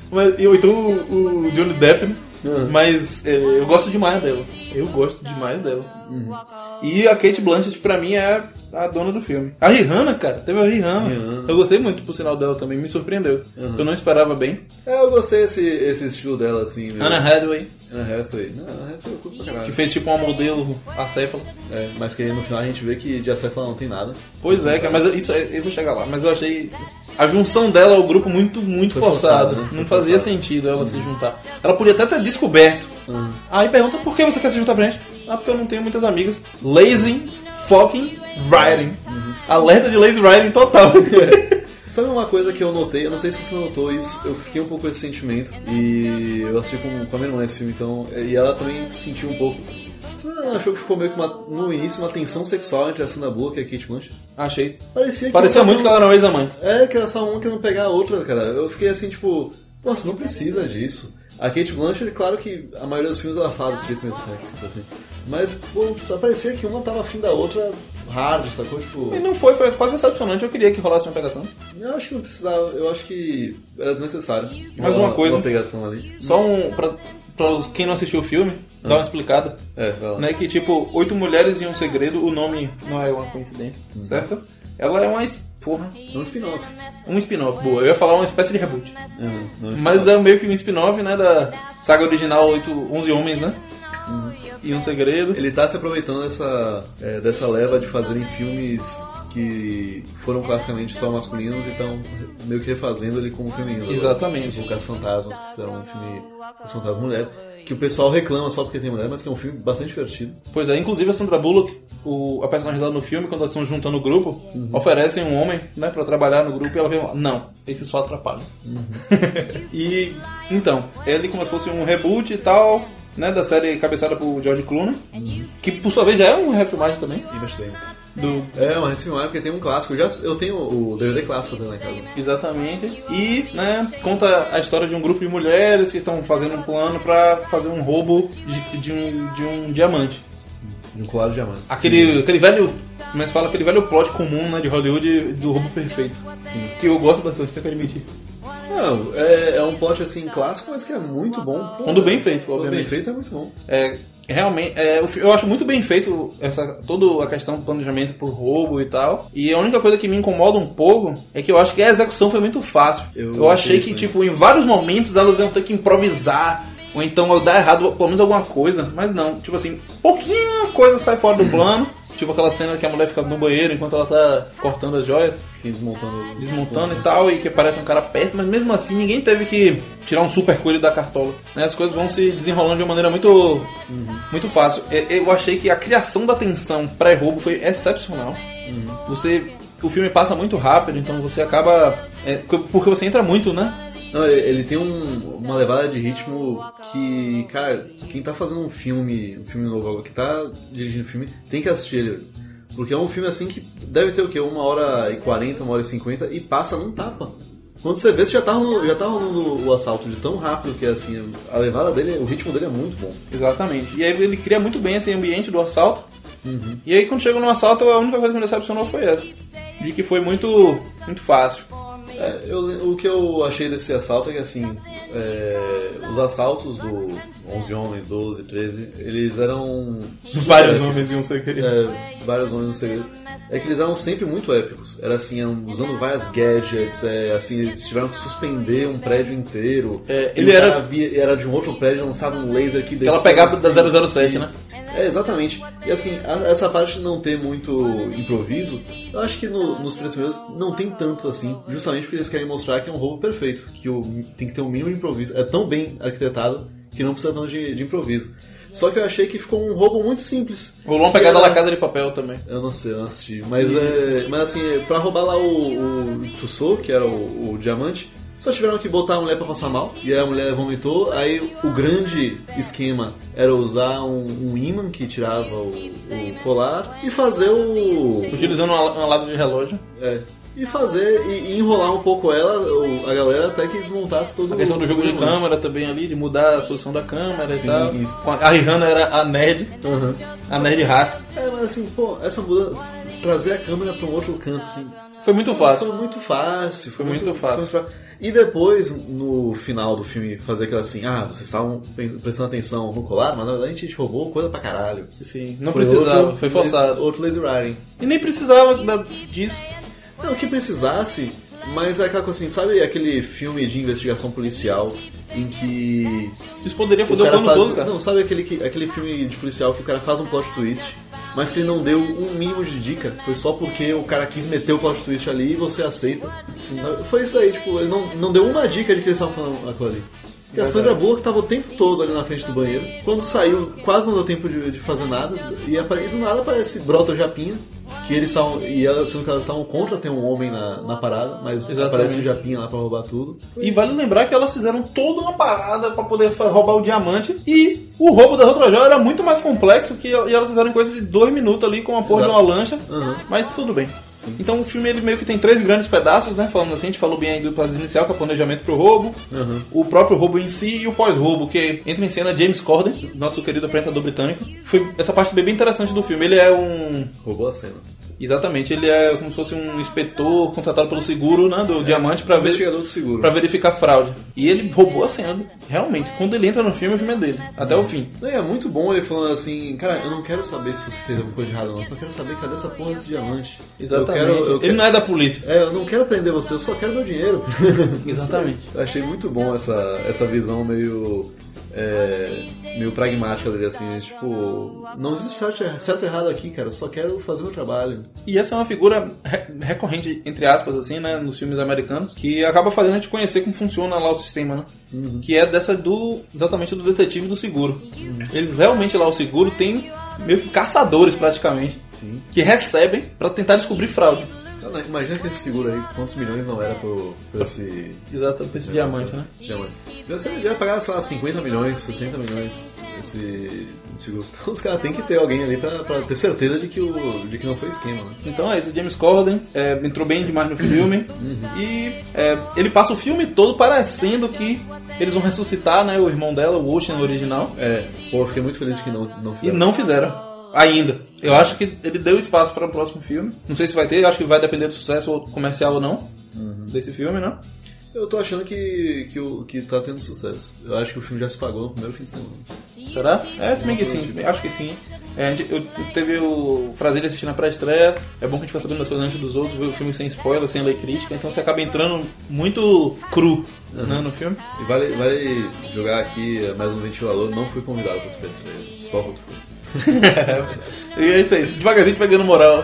Speaker 1: Mas, e ou então o, o Johnny Depp, né?
Speaker 2: Uhum.
Speaker 1: Mas é, eu gosto demais dela. Eu gosto demais dela.
Speaker 2: Uhum.
Speaker 1: E a Kate Blanchett, pra mim, é a dona do filme. A Rihanna, cara, teve a Rihanna.
Speaker 2: Rihanna.
Speaker 1: Eu gostei muito por sinal dela também, me surpreendeu. Eu não esperava bem.
Speaker 2: é, eu gostei desse esse estilo dela, assim, né?
Speaker 1: Anna Hathaway,
Speaker 2: Anna Hathaway. Não, Anna Hathaway é culpa pra
Speaker 1: que
Speaker 2: caralho.
Speaker 1: fez tipo uma modelo acéfala.
Speaker 2: É, mas que aí no final a gente vê que de acesso ela não tem nada.
Speaker 1: Pois é, cara, mas eu- isso eu vou chegar lá. Mas eu achei a junção dela ao grupo muito, muito
Speaker 2: Foi
Speaker 1: forçada.
Speaker 2: forçado, né? Foi Uhum.
Speaker 1: Não fazia
Speaker 2: forçado.
Speaker 1: sentido ela se juntar. Ela podia até ter descoberto.
Speaker 2: Uhum.
Speaker 1: Aí pergunta por que você quer se juntar pra gente? Ah, porque eu não tenho muitas amigas. Lazy fucking riding.
Speaker 2: Uhum.
Speaker 1: Alerta de lazy riding total.
Speaker 2: Sabe uma coisa que eu notei? Eu não sei se você notou isso, eu fiquei um pouco com esse sentimento. E eu assisti com, com a minha irmã esse filme, então. E ela também sentiu um pouco. Você não achou que ficou meio que uma, no início uma tensão sexual entre a Sandra Bullock e a Kate Blanchett?
Speaker 1: Achei.
Speaker 2: Parecia que.
Speaker 1: Pareceu
Speaker 2: um-
Speaker 1: muito que ela era uma ex-amante.
Speaker 2: É, que era só uma querendo pegar a outra, cara. Eu fiquei assim, tipo, nossa, não precisa disso. A Kate Blanchett, claro que a maioria dos filmes ela fala desse jeito meio sexy, tipo assim. Mas, pô, só parecia que uma tava afim da outra hard, sacou? Tipo,
Speaker 1: E não foi, foi quase decepcionante. Eu queria que rolasse uma pegação.
Speaker 2: eu acho que não precisava, eu acho que era desnecessário.
Speaker 1: Mais uma coisa.
Speaker 2: Uma pegação ali.
Speaker 1: Só um. Pra, pra quem não assistiu o filme, dá uma explicada.
Speaker 2: É, vai lá.
Speaker 1: né? Que tipo, Oito Mulheres e um Segredo, o nome não é uma coincidência, certo? Ela é uma. es- Porra,
Speaker 2: É um spin-off.
Speaker 1: um spin-off, boa. Eu ia falar uma espécie de reboot.
Speaker 2: É, não é um
Speaker 1: Mas
Speaker 2: spin-off.
Speaker 1: é meio que um spin-off, né? Da saga original 8, 11 Homens, né? E um Segredo.
Speaker 2: Ele tá se aproveitando dessa, é, dessa leva de fazerem filmes que foram classicamente só masculinos e estão meio que refazendo ele como feminino. agora.
Speaker 1: Exatamente.
Speaker 2: Tipo, Caso Fantasmas, que fizeram um filme Caso Fantasmas Mulher, que o pessoal reclama só porque tem mulher, mas que é um filme bastante divertido.
Speaker 1: Pois é, inclusive a Sandra Bullock, o, a personagem dela no filme, quando elas estão juntando o grupo, oferecem um homem, né, pra trabalhar no grupo e ela vem falar, não, esse só atrapalha. e, então, ele como se fosse um reboot e tal, né, da série cabeçada por George Clooney, que por sua vez já é um refilmagem também,
Speaker 2: Investimento.
Speaker 1: do...
Speaker 2: É, uma refilmagem porque tem um clássico. Eu, já, eu tenho o DVD clássico até lá em casa.
Speaker 1: Exatamente. E, né, conta a história de um grupo de mulheres que estão fazendo um plano pra fazer um roubo de, de um, de um diamante.
Speaker 2: De um colar de diamantes.
Speaker 1: Aquele, aquele velho. Mas fala aquele velho plot comum né, de Hollywood do roubo perfeito. Que eu gosto bastante, tenho que admitir.
Speaker 2: Não, é, é um plot assim clássico, mas que é muito bom. Pô,
Speaker 1: Quando bem feito,
Speaker 2: Quando bem
Speaker 1: obviamente.
Speaker 2: feito é muito bom.
Speaker 1: É, realmente, é, o fi- eu acho muito bem feito essa, toda a questão do planejamento por roubo e tal. E a única coisa que me incomoda um pouco é que eu acho que a execução foi muito fácil. Eu,
Speaker 2: Eu
Speaker 1: achei
Speaker 2: achei
Speaker 1: que,
Speaker 2: isso, né?
Speaker 1: tipo, em vários momentos elas iam ter que improvisar. Ou então dar errado pelo menos alguma coisa. Mas não, tipo assim, pouquinha coisa sai fora do plano. Tipo aquela cena que a mulher fica no banheiro enquanto ela tá cortando as joias
Speaker 2: Assim, desmontando.
Speaker 1: desmontando e tal, e que aparece um cara perto, mas mesmo assim ninguém teve que tirar um super coelho da cartola. né? As coisas vão se desenrolando de uma maneira muito, muito fácil. E- Eu achei que a criação da tensão pré-roubo foi excepcional. Você. O filme passa muito rápido, então você acaba. é, porque você entra muito, né?
Speaker 2: Não, ele, ele tem um- uma levada de ritmo que, cara, quem tá fazendo um filme, um filme novo, que tá dirigindo filme, tem que assistir ele. Porque é um filme assim que deve ter o quê? Uma hora e quarenta, uma hora e cinquenta e passa num tapa. Quando você vê, você já tá, rolando- já tá rolando o assalto de tão rápido que assim, a levada dele, o ritmo dele é muito bom.
Speaker 1: Exatamente. Uhum. E aí ele cria muito bem esse ambiente do assalto. E aí quando chega no assalto, a única coisa que me decepcionou foi essa. De que foi muito, muito fácil.
Speaker 2: É, eu- o que eu achei desse assalto é que, assim, é, os assaltos do 11 homens, 12, 13, eles eram...
Speaker 1: homens iam ser queridos.
Speaker 2: É, vários homens no segredo. É que eles eram sempre muito épicos. Era assim, eram usando várias gadgets, é, assim, eles tiveram que suspender um prédio inteiro.
Speaker 1: É,
Speaker 2: E
Speaker 1: ele
Speaker 2: o cara
Speaker 1: era-
Speaker 2: via- era de um outro prédio, lançava um laser que assim.
Speaker 1: Aquela pegada da 007, né?
Speaker 2: é, exatamente. E assim, a- essa parte de não ter muito improviso, eu acho que no- nos três primeiros não tem tanto assim, justamente porque eles querem mostrar que é um roubo perfeito, que o, tem que ter o mínimo de improviso. É tão bem arquitetado que não precisa tanto de, de improviso. Só que eu achei que ficou um roubo muito simples.
Speaker 1: Rolou uma pegada
Speaker 2: Que era-
Speaker 1: La Casa de Papel também.
Speaker 2: Eu não sei, eu não assisti.
Speaker 1: Uhum.
Speaker 2: Mas, é, mas assim, é, pra roubar lá o, o Tsuso, que era o, o diamante, só tiveram que botar a mulher pra passar mal. E aí a mulher vomitou. Aí o grande esquema era usar um, um imã que tirava o, o colar e fazer o.
Speaker 1: Utilizando uma, uma lata de relógio.
Speaker 2: é, e fazer. E, e enrolar um pouco ela, o- a galera, até que desmontasse todo
Speaker 1: A questão do jogo de
Speaker 2: o-
Speaker 1: câmera também ali, de mudar a posição da câmera e
Speaker 2: Sim,
Speaker 1: tal.
Speaker 2: isso.
Speaker 1: Com A a Rihanna era a nerd,
Speaker 2: Aham.
Speaker 1: a nerd rasta.
Speaker 2: É, mas assim, pô, essa mudança. Trazer a câmera pra um outro canto, assim,
Speaker 1: Foi muito fácil.
Speaker 2: Foi muito fácil,
Speaker 1: Foi
Speaker 2: foi
Speaker 1: muito fácil.
Speaker 2: foi muito fa- E depois, no final do filme, fazer aquela assim, ah, vocês estavam pen- prestando atenção no colar, mas na verdade a gente roubou coisa pra caralho.
Speaker 1: Sim, não
Speaker 2: Foi
Speaker 1: precisava,
Speaker 2: outro
Speaker 1: foi
Speaker 2: lazy-
Speaker 1: forçado.
Speaker 2: Outro lazy writing.
Speaker 1: E nem precisava da- disso.
Speaker 2: Não, o que precisasse, mas é aquela coisa assim, sabe aquele filme de investigação policial em que
Speaker 1: Isso poderia
Speaker 2: o
Speaker 1: foder o,
Speaker 2: cara
Speaker 1: plano
Speaker 2: faz...
Speaker 1: todo, cara.
Speaker 2: Não, sabe aquele, que- aquele filme de policial que o cara faz um plot twist, mas que ele não deu um mínimo de dica. Foi só porque o cara quis meter o plot twist ali e você aceita. Sabe? Foi isso aí, tipo, ele não, não deu uma dica de que eles estavam falando aquilo ali. Porque a Sandra Bullock tava o tempo todo ali na frente do banheiro. Quando saiu, quase não deu tempo de, de fazer nada. E, apare- e do nada aparece Brota o Japinha. Que eles estavam. E ela, sendo que elas estavam contra ter um homem na, na parada, mas
Speaker 1: Exatamente.
Speaker 2: aparece o Japinha lá pra roubar tudo.
Speaker 1: E vale lembrar que elas fizeram toda uma parada pra poder fa- roubar o diamante. E o roubo das outras joias era muito mais complexo que e elas fizeram em coisa de dois minutos ali com a porra de
Speaker 2: Exato.
Speaker 1: uma lancha.
Speaker 2: Aham.
Speaker 1: Mas tudo bem. Então o filme ele meio que tem três grandes pedaços, né? Falando assim, a gente falou bem aí do processo inicial, que é o planejamento pro roubo,
Speaker 2: Uhum.
Speaker 1: o próprio roubo em si e o pós-roubo, que entra em cena James Corden, nosso querido apresentador britânico. Foi essa parte bem interessante do filme. Ele é um.
Speaker 2: Roubou a cena.
Speaker 1: Exatamente, ele é como se fosse um inspetor contratado pelo seguro, né?
Speaker 2: É.
Speaker 1: Do diamante pra ver.
Speaker 2: Investigador do seguro.
Speaker 1: Pra verificar fraude. E ele roubou a cena. Realmente, quando ele entra no filme, o filme é dele. Até o fim.
Speaker 2: Não, e é muito bom ele falando assim, cara, eu não quero saber se você fez alguma coisa de errado, não. Eu só quero saber cadê essa porra desse diamante.
Speaker 1: Exatamente.
Speaker 2: Eu quero, eu
Speaker 1: Ele
Speaker 2: quero-
Speaker 1: não é da polícia.
Speaker 2: É, eu não quero prender você, eu só quero meu dinheiro.
Speaker 1: Exatamente.
Speaker 2: Eu achei muito bom essa, essa visão meio é, meio pragmática dele, assim, tipo, não existe certo, e erra- certo e errado aqui, cara, eu só quero fazer meu trabalho.
Speaker 1: E essa é uma figura re- recorrente, entre aspas, assim, né, nos filmes americanos, que acaba fazendo a gente conhecer como funciona lá o sistema, né? Que é dessa do. exatamente do detetive do seguro. Eles realmente lá o seguro tem meio que caçadores praticamente.
Speaker 2: Sim.
Speaker 1: Que recebem pra tentar descobrir fraude.
Speaker 2: Então, né, imagina que esse seguro aí, quantos milhões não era por, por esse.
Speaker 1: Exato, pra esse diamante, né?
Speaker 2: Esse diamante. Deve ser, deve pagar, sei lá, 50 milhões, 60 milhões esse seguro. Então os caras têm que ter alguém ali pra, pra ter certeza de que, o, de que não foi esquema, né?
Speaker 1: Então é isso, James Corden é, entrou bem demais no filme e é, ele passa o filme todo parecendo que eles vão ressuscitar né, o irmão dela, o Ocean original,
Speaker 2: É, pô, eu fiquei muito feliz de que não, não
Speaker 1: e
Speaker 2: fizeram.
Speaker 1: não fizeram. Ainda. Eu acho que ele deu espaço para o próximo filme. Não sei se vai ter, eu acho que vai depender do sucesso comercial ou não desse filme, né?
Speaker 2: Eu tô achando que, que, o- que tá tendo sucesso. Eu acho que o filme já se pagou no primeiro fim de semana.
Speaker 1: Será? É, se bem que sim, se bem- acho que sim. É, a gente- eu eu teve o prazer de assistir na pré-estreia. É bom que a gente fica sabendo das coisas antes dos outros, ver o filme sem spoiler, sem lei crítica, então você acaba entrando muito cru né, no filme.
Speaker 2: E vale, vale jogar aqui eh, mais um ventilador, não fui convidado pra esse PS3, só outro foi.
Speaker 1: E é isso aí, devagarzinho a gente vai ganhando moral.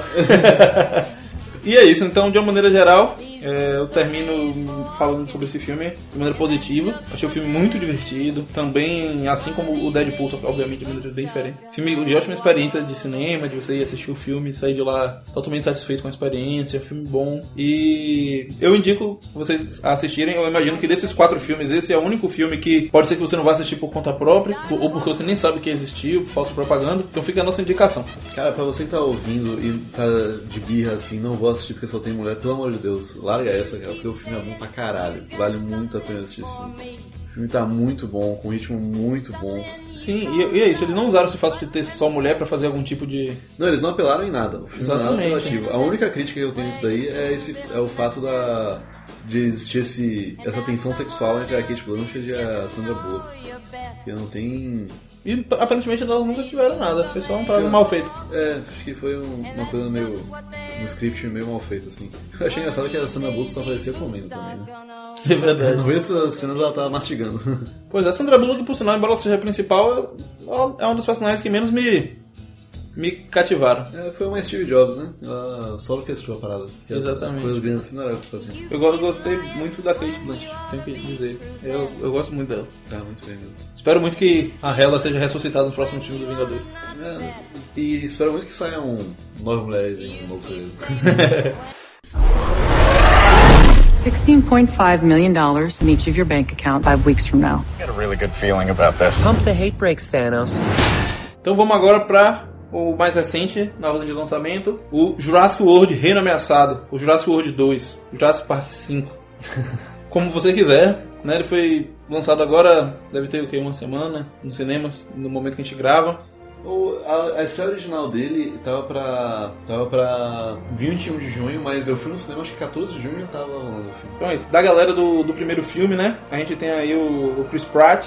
Speaker 1: e é isso, então de uma maneira geral, é, eu termino falando sobre esse filme de maneira positiva. Achei o filme muito divertido. Também, assim como o Deadpool, só que obviamente de maneira bem diferente. Filme de ótima experiência de cinema, de você ir assistir o filme e sair de lá totalmente satisfeito com a experiência. Filme bom. E eu indico vocês a assistirem. Eu imagino que desses quatro filmes, esse é o único filme que pode ser que você não vá assistir por conta própria, ou porque você nem sabe que existiu, por falta de propaganda. Então fica a nossa indicação.
Speaker 2: Cara, pra você que tá ouvindo e tá de birra assim, não vou assistir porque só tem mulher, pelo amor de Deus, larga essa, cara, porque o filme é bom pra caralho. Vale muito a pena assistir esse filme. O filme tá muito bom, com um ritmo muito bom.
Speaker 1: Sim, e, e é isso, eles não usaram esse fato de ter só mulher pra fazer algum tipo de.
Speaker 2: Não, eles não apelaram em nada. O filme não é nada
Speaker 1: Exatamente.
Speaker 2: apelativo. A única crítica que eu tenho disso daí é, esse, é o fato da, de existir esse, essa tensão sexual entre a Kate Blanchett e a Sandra Bullock. Que não tem...
Speaker 1: E aparentemente elas nunca tiveram nada, foi só um trabalho
Speaker 2: Sim.
Speaker 1: mal feito.
Speaker 2: É, acho que foi um- uma coisa meio... Um script meio mal feito, assim. Eu achei engraçado que a Sandra Bullock só aparecia comendo também, né?
Speaker 1: É verdade.
Speaker 2: 90% da cena ela tá mastigando.
Speaker 1: Pois é, Sandra Bullock, por sinal, embora ela seja a principal, ela é um dos personagens que menos me. me cativaram.
Speaker 2: É, foi uma Steve Jobs, né? Ela só orquestrou a parada. Porque as-
Speaker 1: Exatamente.
Speaker 2: As coisas grandes assim não era o que fazer.
Speaker 1: Eu, go- eu gostei muito da Kate Blanchett, tenho que dizer. Eu, eu gosto muito dela.
Speaker 2: Tá, muito bem, meu.
Speaker 1: Espero muito que a Hela seja ressuscitada no próximo filme do Vingadores.
Speaker 2: É, e espero muito que saia um Nove Mulheres em um novo serviço.
Speaker 4: 16.5 million dollars in each of your bank account five weeks from now.
Speaker 5: I got a really good feeling about this.
Speaker 6: Pump the hate brakes, Thanos.
Speaker 1: Então vamos agora pra o mais recente na ordem de lançamento, o Jurassic World Reino Ameaçado, o Jurassic World 2, Jurassic Park 5. Como você quiser, né? Ele foi lançado agora, deve ter o que uma semana nos cinemas, no momento que a gente grava.
Speaker 2: O- a, a estreia original dele tava pra. tava pra 21 de junho, mas eu fui no cinema, acho que 14 de junho já tava rolando o filme.
Speaker 1: Então é isso, da galera do, do primeiro filme, né? A gente tem aí o, o Chris Pratt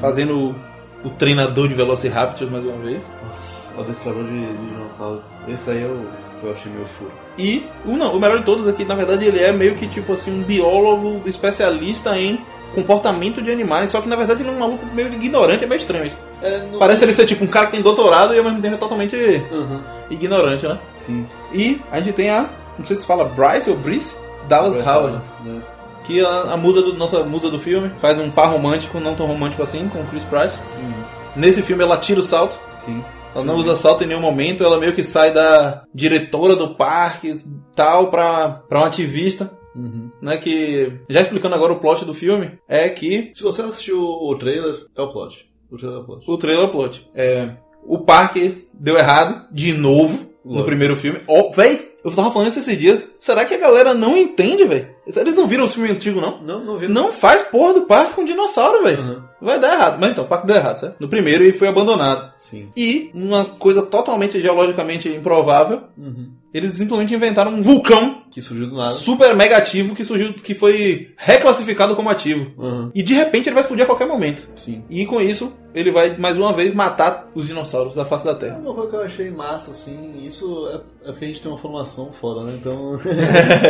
Speaker 1: fazendo o, o treinador de Velociraptors mais uma vez.
Speaker 2: Nossa, o adestrador de, de dinossauros. Esse aí eu, eu achei meio furo.
Speaker 1: E o não, o melhor de todos aqui, na verdade, ele é meio que tipo assim um biólogo especialista em comportamento de animais, só que na verdade ele é um maluco meio ignorante, é meio estranho. isso.
Speaker 2: É, não...
Speaker 1: Parece ele ser tipo um cara que tem doutorado e ao mesmo tempo é totalmente
Speaker 2: Aham,
Speaker 1: ignorante, né?
Speaker 2: sim.
Speaker 1: E a gente tem a, não sei se fala Bryce ou Brice, Dallas
Speaker 2: Brett
Speaker 1: Howard,
Speaker 2: né?
Speaker 1: que é a, a musa do nossa musa do filme, faz um par romântico, não tão romântico assim, com o Chris Pratt.
Speaker 2: Uhum,
Speaker 1: Nesse filme ela tira o salto,
Speaker 2: Sim.
Speaker 1: ela não usa salto em nenhum momento, ela meio que sai da diretora do parque tal pra, pra uma ativista.
Speaker 2: Uhum.
Speaker 1: né, que já explicando agora o plot do filme, é que
Speaker 2: Se você assistiu o, o trailer, é o plot. O trailer é o plot.
Speaker 1: o trailer é o plot. É, o parque deu errado de novo no
Speaker 2: Lógico.
Speaker 1: primeiro filme. Ó, véi, eu tava falando isso esses dias. Será que a galera não entende, véi? Eles não viram o filme antigo, não?
Speaker 2: Não, não vi.
Speaker 1: Não faz porra do parque com dinossauro, véi.
Speaker 2: Aham,
Speaker 1: Vai dar errado. Mas então, o parque deu errado, certo? No primeiro ele foi abandonado.
Speaker 2: Sim.
Speaker 1: E uma coisa totalmente geologicamente improvável,
Speaker 2: Uhum.
Speaker 1: eles simplesmente inventaram um vulcão
Speaker 2: Que surgiu do nada.
Speaker 1: super mega ativo que surgiu, que foi reclassificado como ativo.
Speaker 2: Aham,
Speaker 1: E de repente ele vai explodir a qualquer momento.
Speaker 2: Sim.
Speaker 1: E com isso, ele vai mais uma vez matar os dinossauros da face da
Speaker 2: É
Speaker 1: Terra.
Speaker 2: uma coisa que eu achei massa, assim, isso é, é porque a gente tem uma formação foda, né? Então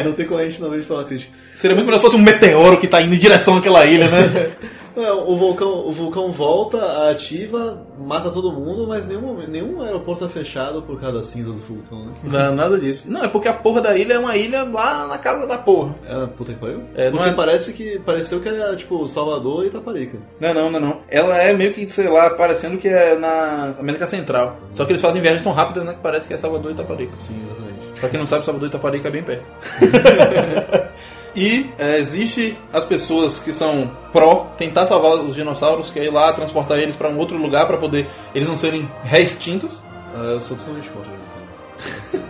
Speaker 2: não tem como a gente não ver de forma crítica.
Speaker 1: Seria muito melhor se fosse um meteoro que tá indo em direção àquela ilha, né?
Speaker 2: É, o, vulcão, o vulcão volta, ativa, mata todo mundo, mas nenhum, nenhum aeroporto é fechado por causa das cinzas do vulcão, né?
Speaker 1: Não, nada disso. Não, é porque a porra da ilha é uma ilha lá na casa da porra.
Speaker 2: É, puta que pariu?
Speaker 1: É, não
Speaker 2: Porque
Speaker 1: é-
Speaker 2: parece que pareceu que era tipo Salvador e Itaparica.
Speaker 1: Não, não, não, não. Ela é meio que, sei lá, parecendo que é na América Central. Só que eles fazem viagens tão rápidas, né, que parece que é Salvador e Itaparica.
Speaker 2: Sim, exatamente.
Speaker 1: Pra quem não sabe, Salvador e Itaparica é bem perto. e é, existe as pessoas que são pró tentar salvar os dinossauros, que é ir lá transportar eles pra um outro lugar pra poder eles não serem reextintos.
Speaker 2: Ah, eu sou totalmente contra isso.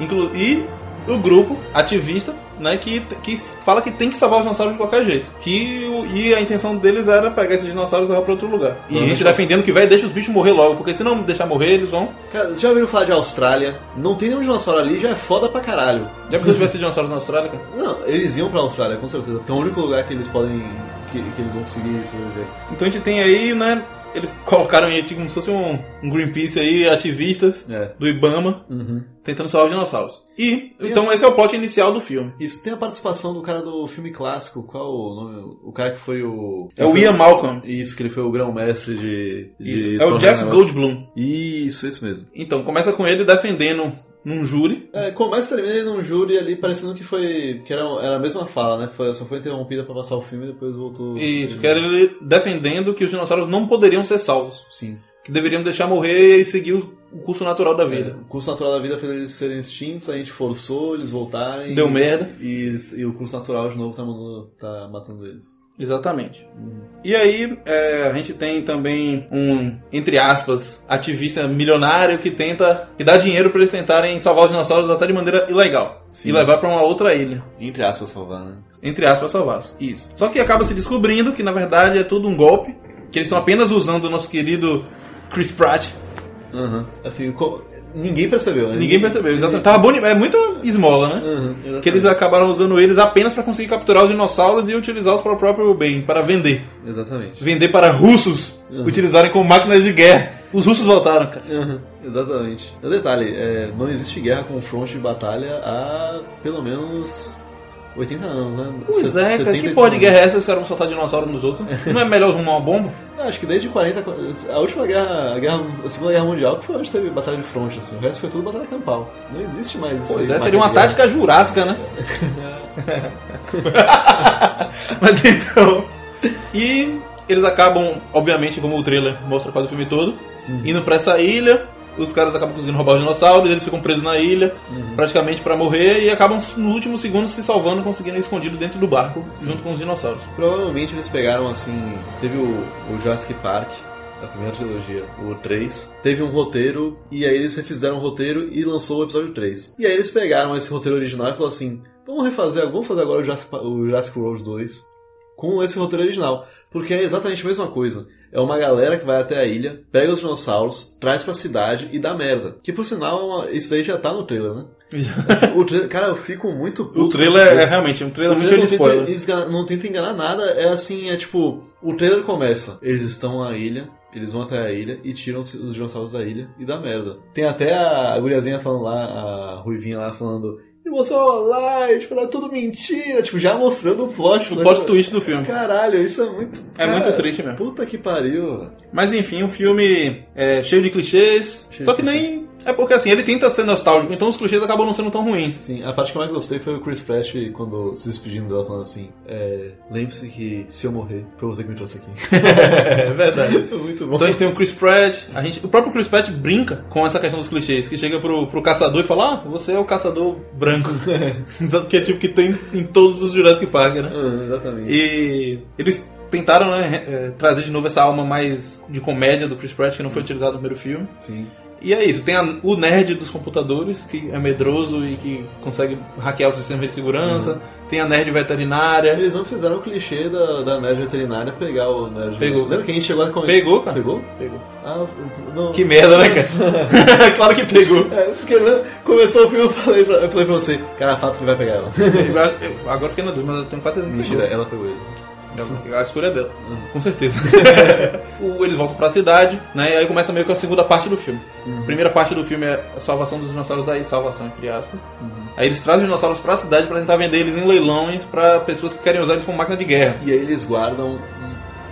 Speaker 1: Inclu- e o grupo ativista, né, que, que fala que tem que salvar os dinossauros de qualquer jeito. Que, o- e a intenção deles era pegar esses dinossauros e levar pra outro lugar. E a gente defendendo que, velho, deixa os bichos morrer logo, porque se não deixar morrer, eles vão.
Speaker 2: Cara, vocês já ouviram falar de Austrália? Não tem nenhum dinossauro ali, já é foda pra caralho.
Speaker 1: Já pensou se tivesse dinossauros na Austrália, cara?
Speaker 2: Não, eles iam pra Austrália, com certeza, porque é o único lugar que eles podem. que, que eles vão conseguir sobreviver.
Speaker 1: Então a gente tem aí, né, eles colocaram aí tipo, como se fosse um, um Greenpeace aí, ativistas
Speaker 2: É.
Speaker 1: do Ibama,
Speaker 2: Uhum.
Speaker 1: tentando salvar os dinossauros. E, então esse é o plot inicial do filme.
Speaker 2: Isso tem a participação do cara do filme clássico, qual o nome? O cara que foi o.
Speaker 1: É o
Speaker 2: foi-
Speaker 1: Ian Malcolm.
Speaker 2: Isso, que ele foi o grão-mestre de, de
Speaker 1: Isso. É o
Speaker 2: Thor
Speaker 1: Jeff
Speaker 2: Ragnarok.
Speaker 1: Goldblum.
Speaker 2: Isso, isso mesmo.
Speaker 1: Então, começa com ele defendendo num júri
Speaker 2: É, começa e termina ele num júri ali, parecendo que foi. que era, era a mesma fala, né? Foi- só foi interrompida pra passar o filme e depois voltou.
Speaker 1: Isso, que era ele defendendo que os dinossauros não poderiam ser salvos,
Speaker 2: Sim.
Speaker 1: que deveriam deixar morrer e seguir o o curso natural da vida.
Speaker 2: O curso natural da vida fez eles serem extintos, a gente forçou eles voltarem.
Speaker 1: Deu merda.
Speaker 2: E, eles- e o curso natural de novo tá, mandando- tá matando eles.
Speaker 1: Exatamente. E aí, é, a gente tem também um, entre aspas, ativista milionário que tenta, que dá dinheiro pra eles tentarem salvar os dinossauros até de maneira ilegal.
Speaker 2: Sim.
Speaker 1: E levar pra uma outra ilha.
Speaker 2: Entre aspas, salvar, né?
Speaker 1: Entre aspas, salvar. Isso. Só que acaba se descobrindo que na verdade é tudo um golpe, que eles estão apenas usando o nosso querido Chris Pratt.
Speaker 2: Aham. Assim, co- ninguém percebeu, né?
Speaker 1: Ninguém percebeu, exatamente. Tava boni... É muita esmola, né?
Speaker 2: Aham,
Speaker 1: Que eles
Speaker 2: exatamente.
Speaker 1: acabaram usando eles apenas para conseguir capturar os dinossauros e utilizá-los para o próprio bem, para vender.
Speaker 2: Exatamente.
Speaker 1: Vender para russos
Speaker 2: Uhum.
Speaker 1: utilizarem como máquinas de guerra. Os russos voltaram, cara.
Speaker 2: Aham, Exatamente. Um detalhe, é, não existe guerra com fronte de batalha há pelo menos 80 anos, né?
Speaker 1: Pois
Speaker 2: Se-
Speaker 1: é, cara.
Speaker 2: 70
Speaker 1: Que
Speaker 2: e
Speaker 1: porra de
Speaker 2: tantos.
Speaker 1: guerra é essa que os caras vão soltar dinossauro nos outros? Não é melhor arrumar uma bomba?
Speaker 2: Ah, Acho que desde 40. A última guerra, a, guerra, a Segunda Guerra Mundial, que foi onde teve batalha de fronte, assim. O resto foi tudo batalha campal. Não existe mais isso.
Speaker 1: Pois
Speaker 2: aí,
Speaker 1: é, seria uma
Speaker 2: marca de
Speaker 1: tática jurássica, né? Mas então. E eles acabam, obviamente, como o trailer mostra quase o filme todo, indo pra essa ilha. Os caras acabam conseguindo roubar os dinossauros, eles ficam presos na ilha, praticamente pra morrer, e acabam no último segundo se salvando, conseguindo ir escondido dentro do barco, junto com os dinossauros.
Speaker 2: guerra. Provavelmente eles pegaram, assim. Teve o, o Jurassic Park. A primeira trilogia, o 3, teve um roteiro, e aí eles refizeram o roteiro e lançou o episódio 3. E aí eles pegaram esse roteiro original e falaram assim: vamos refazer, vamos fazer agora o Jurassic, Pa- o Jurassic World 2 com esse roteiro original. Porque é exatamente a mesma coisa. É uma galera que vai até a ilha, pega os dinossauros, traz pra cidade e dá merda. Que por sinal, é uma- isso aí já tá no trailer, né? Assim, o trailer, cara, eu fico muito puto.
Speaker 1: O trailer é realmente, um trailer muito cheio de
Speaker 2: não, tenta,
Speaker 1: spoiler.
Speaker 2: esga- não tenta enganar nada, é assim, é tipo, o trailer começa, eles estão na ilha, eles vão até a ilha e tiram os os dinossauros da ilha e dá merda. Tem até a guriazinha falando lá, a Ruivinha lá falando, e mostrou lá, e tipo, era tudo mentira, tipo, já mostrando o plot.
Speaker 1: O
Speaker 2: né?
Speaker 1: plot twist do filme.
Speaker 2: Caralho, isso é muito.
Speaker 1: É muito triste mesmo.
Speaker 2: Puta que pariu.
Speaker 1: Mas enfim, um filme é, cheio de clichês.
Speaker 2: Cheio
Speaker 1: só
Speaker 2: de
Speaker 1: que nem. É porque assim, ele tenta ser nostálgico, então os clichês acabam não sendo tão ruins.
Speaker 2: Sim, a parte que eu mais gostei foi o Chris Pratt quando se despedindo dela falando assim: é, lembre-se que se eu morrer, foi você que me trouxe aqui.
Speaker 1: É verdade.
Speaker 2: muito bom.
Speaker 1: Então a gente tem o Chris Pratt, a gente, o próprio Chris Pratt brinca com essa questão dos clichês, que chega pro, pro caçador e fala, ah, você é o caçador branco, que é tipo que tem em todos os Jurassic Park, né?
Speaker 2: Ah, exatamente.
Speaker 1: E eles tentaram né, eh, trazer de novo essa alma mais de comédia do Chris Pratt, que não foi utilizada no primeiro filme.
Speaker 2: Sim.
Speaker 1: E é isso, tem a- o nerd dos computadores, que é medroso e que consegue hackear o sistema de segurança, tem a nerd veterinária,
Speaker 2: Eles não fizeram o clichê da, da nerd veterinária pegar o nerd.
Speaker 1: Pegou.
Speaker 2: Lembra que a gente chegou a comentar?
Speaker 1: Pegou, cara.
Speaker 2: Pegou?
Speaker 1: Pegou.
Speaker 2: Ah, não.
Speaker 1: Que merda, né, cara? claro que pegou.
Speaker 2: É, porque né, começou o filme eu falei pra, eu falei pra você: cara, fato que vai pegar ela.
Speaker 1: Eu- Agora eu fiquei na dúvida, mas eu tenho quase certeza que pegou.
Speaker 2: Mentira, ela pegou ele.
Speaker 1: É A escolha dela, com certeza. O- Eles voltam pra cidade, né? E aí começa meio que a segunda parte do filme. A primeira parte do filme é a salvação dos dinossauros daí, salvação entre aspas. Aí eles trazem os dinossauros pra cidade pra tentar vender eles em leilões pra pessoas que querem usar eles como máquina de guerra.
Speaker 2: E aí eles guardam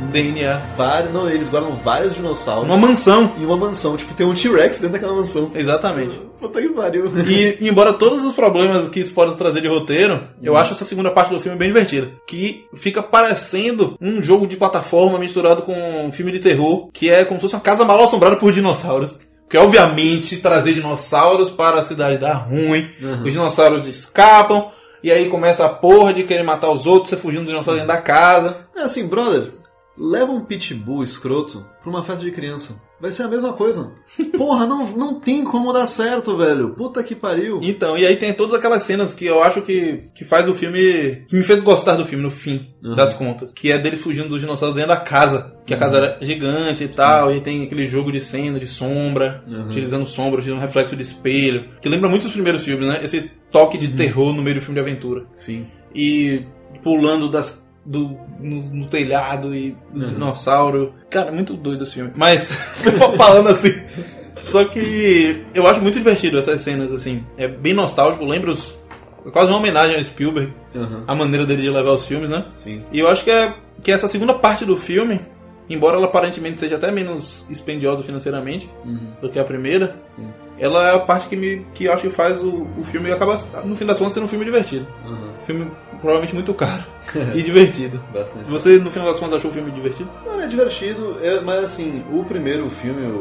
Speaker 1: Uhum. DNA.
Speaker 2: Vários, não, eles guardam vários dinossauros
Speaker 1: Uma mansão.
Speaker 2: em uma mansão. Tipo, tem um T-Rex dentro daquela mansão.
Speaker 1: Exatamente.
Speaker 2: Puta que pariu.
Speaker 1: E embora todos os problemas que isso pode trazer de roteiro, eu acho essa segunda parte do filme bem divertida. Que fica parecendo um jogo de plataforma misturado com um filme de terror, que é como se fosse uma casa mal assombrada por dinossauros. Porque, obviamente, trazer dinossauros para a cidade dá ruim. Os dinossauros escapam. E aí começa a porra de querer matar os outros, você fugindo do dinossauro dentro da casa.
Speaker 2: É assim, brother, leva um pitbull escroto pra uma festa de criança. Vai ser a mesma coisa. Porra, não, não tem como dar certo, velho. Puta que pariu.
Speaker 1: Então, e aí tem todas aquelas cenas que eu acho que, que faz o filme. que me fez gostar do filme, no fim
Speaker 2: Uhum.
Speaker 1: das contas. Que é dele fugindo dos dinossauros dentro da casa. Que a casa era gigante e tal, e tem aquele jogo de cena, de sombra, utilizando sombra, utilizando reflexo de espelho. Que lembra muito os primeiros filmes, né? Esse toque de terror no meio do filme de aventura.
Speaker 2: Sim.
Speaker 1: E pulando das. Do, no, no telhado e
Speaker 2: Uhum.
Speaker 1: do dinossauro. Cara, muito doido esse filme. Mas, eu vou falando assim. Só que eu acho muito divertido essas cenas, assim. É bem nostálgico, lembra os. é Quase uma homenagem ao Spielberg,
Speaker 2: Aham.
Speaker 1: a maneira dele de levar os filmes, né?
Speaker 2: Sim.
Speaker 1: E eu acho que, é, que essa segunda parte do filme, embora ela aparentemente seja até menos expendiosa financeiramente
Speaker 2: Uhum.
Speaker 1: do que a primeira,
Speaker 2: Sim.
Speaker 1: ela é a parte que, me, que eu acho que faz o, o filme acaba, no fim das contas, sendo um filme divertido.
Speaker 2: Aham.
Speaker 1: Filme provavelmente muito caro e divertido.
Speaker 2: Bastante.
Speaker 1: Você, no final das contas, achou o filme divertido?
Speaker 2: Mano, é divertido, é- mas assim, o primeiro filme, o,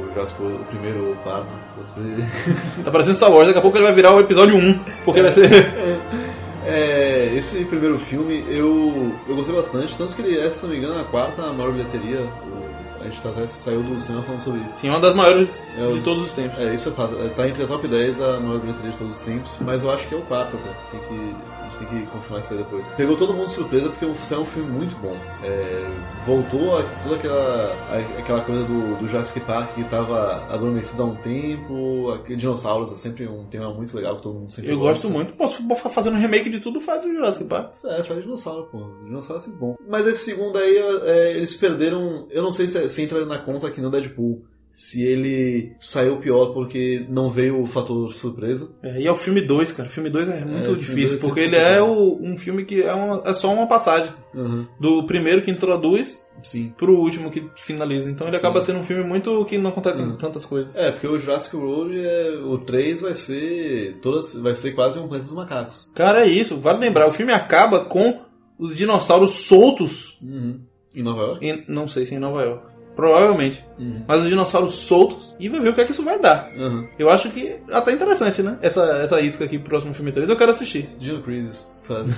Speaker 2: o Jurassic World, o primeiro parto, você.
Speaker 1: Tá parecendo Star Wars, daqui a pouco ele vai virar o episódio 1, porque vai ser.
Speaker 2: É, esse primeiro filme eu, eu gostei bastante, tanto que ele é, se não me engano, a quarta maior bilheteria. O- a gente tá, até- saiu do cinema falando sobre isso.
Speaker 1: Sim, uma das maiores
Speaker 2: É o-
Speaker 1: de todos os tempos.
Speaker 2: É, isso é fato. É, Tá entre a top 10 a maior bilheteria de todos os tempos, mas eu acho que é o quarto até. Tem que, a gente tem que confirmar isso aí depois. Pegou todo mundo de surpresa porque isso é um filme muito bom. É, voltou a toda aquela, a- aquela coisa do, do Jurassic Park que tava adormecido há um tempo. Aquele dinossauros é sempre um tema muito legal que todo mundo sempre
Speaker 1: Eu
Speaker 2: gosta.
Speaker 1: gosto muito. Posso fa- fazer um remake de tudo, faz do Jurassic Park.
Speaker 2: É, faz dinossauro, pô. Dinossauro é sempre bom. Mas esse segundo aí, é, eles perderam. Eu não sei se, é- se entra na conta aqui no Deadpool. Se ele saiu pior porque não veio o fator surpresa.
Speaker 1: É, e é o filme 2, cara. O filme 2 é
Speaker 2: o
Speaker 1: muito
Speaker 2: filme
Speaker 1: difícil,
Speaker 2: dois é
Speaker 1: porque ele
Speaker 2: sempre
Speaker 1: é
Speaker 2: complicado.
Speaker 1: o- um filme que é, uma- é só uma passagem.
Speaker 2: Aham,
Speaker 1: Do primeiro que introduz
Speaker 2: sim.
Speaker 1: pro último que finaliza. Então ele
Speaker 2: Sim.
Speaker 1: acaba sendo um filme muito que não acontece
Speaker 2: Uhum.
Speaker 1: tantas coisas.
Speaker 2: É, porque o Jurassic World, é, o 3 vai ser. Todas, vai ser quase um planeta dos macacos.
Speaker 1: Cara, é isso. Vale lembrar, o filme acaba com os dinossauros soltos
Speaker 2: Uhum. Em Nova York?
Speaker 1: Em- não sei se em Nova York. Provavelmente.
Speaker 2: Uhum.
Speaker 1: Mas os dinossauros soltos e vai ver o que é que isso vai dar.
Speaker 2: Aham.
Speaker 1: Eu acho que até interessante, né? Essa, essa isca aqui pro próximo filme 3 eu quero assistir.
Speaker 2: Dino Crisis, quase.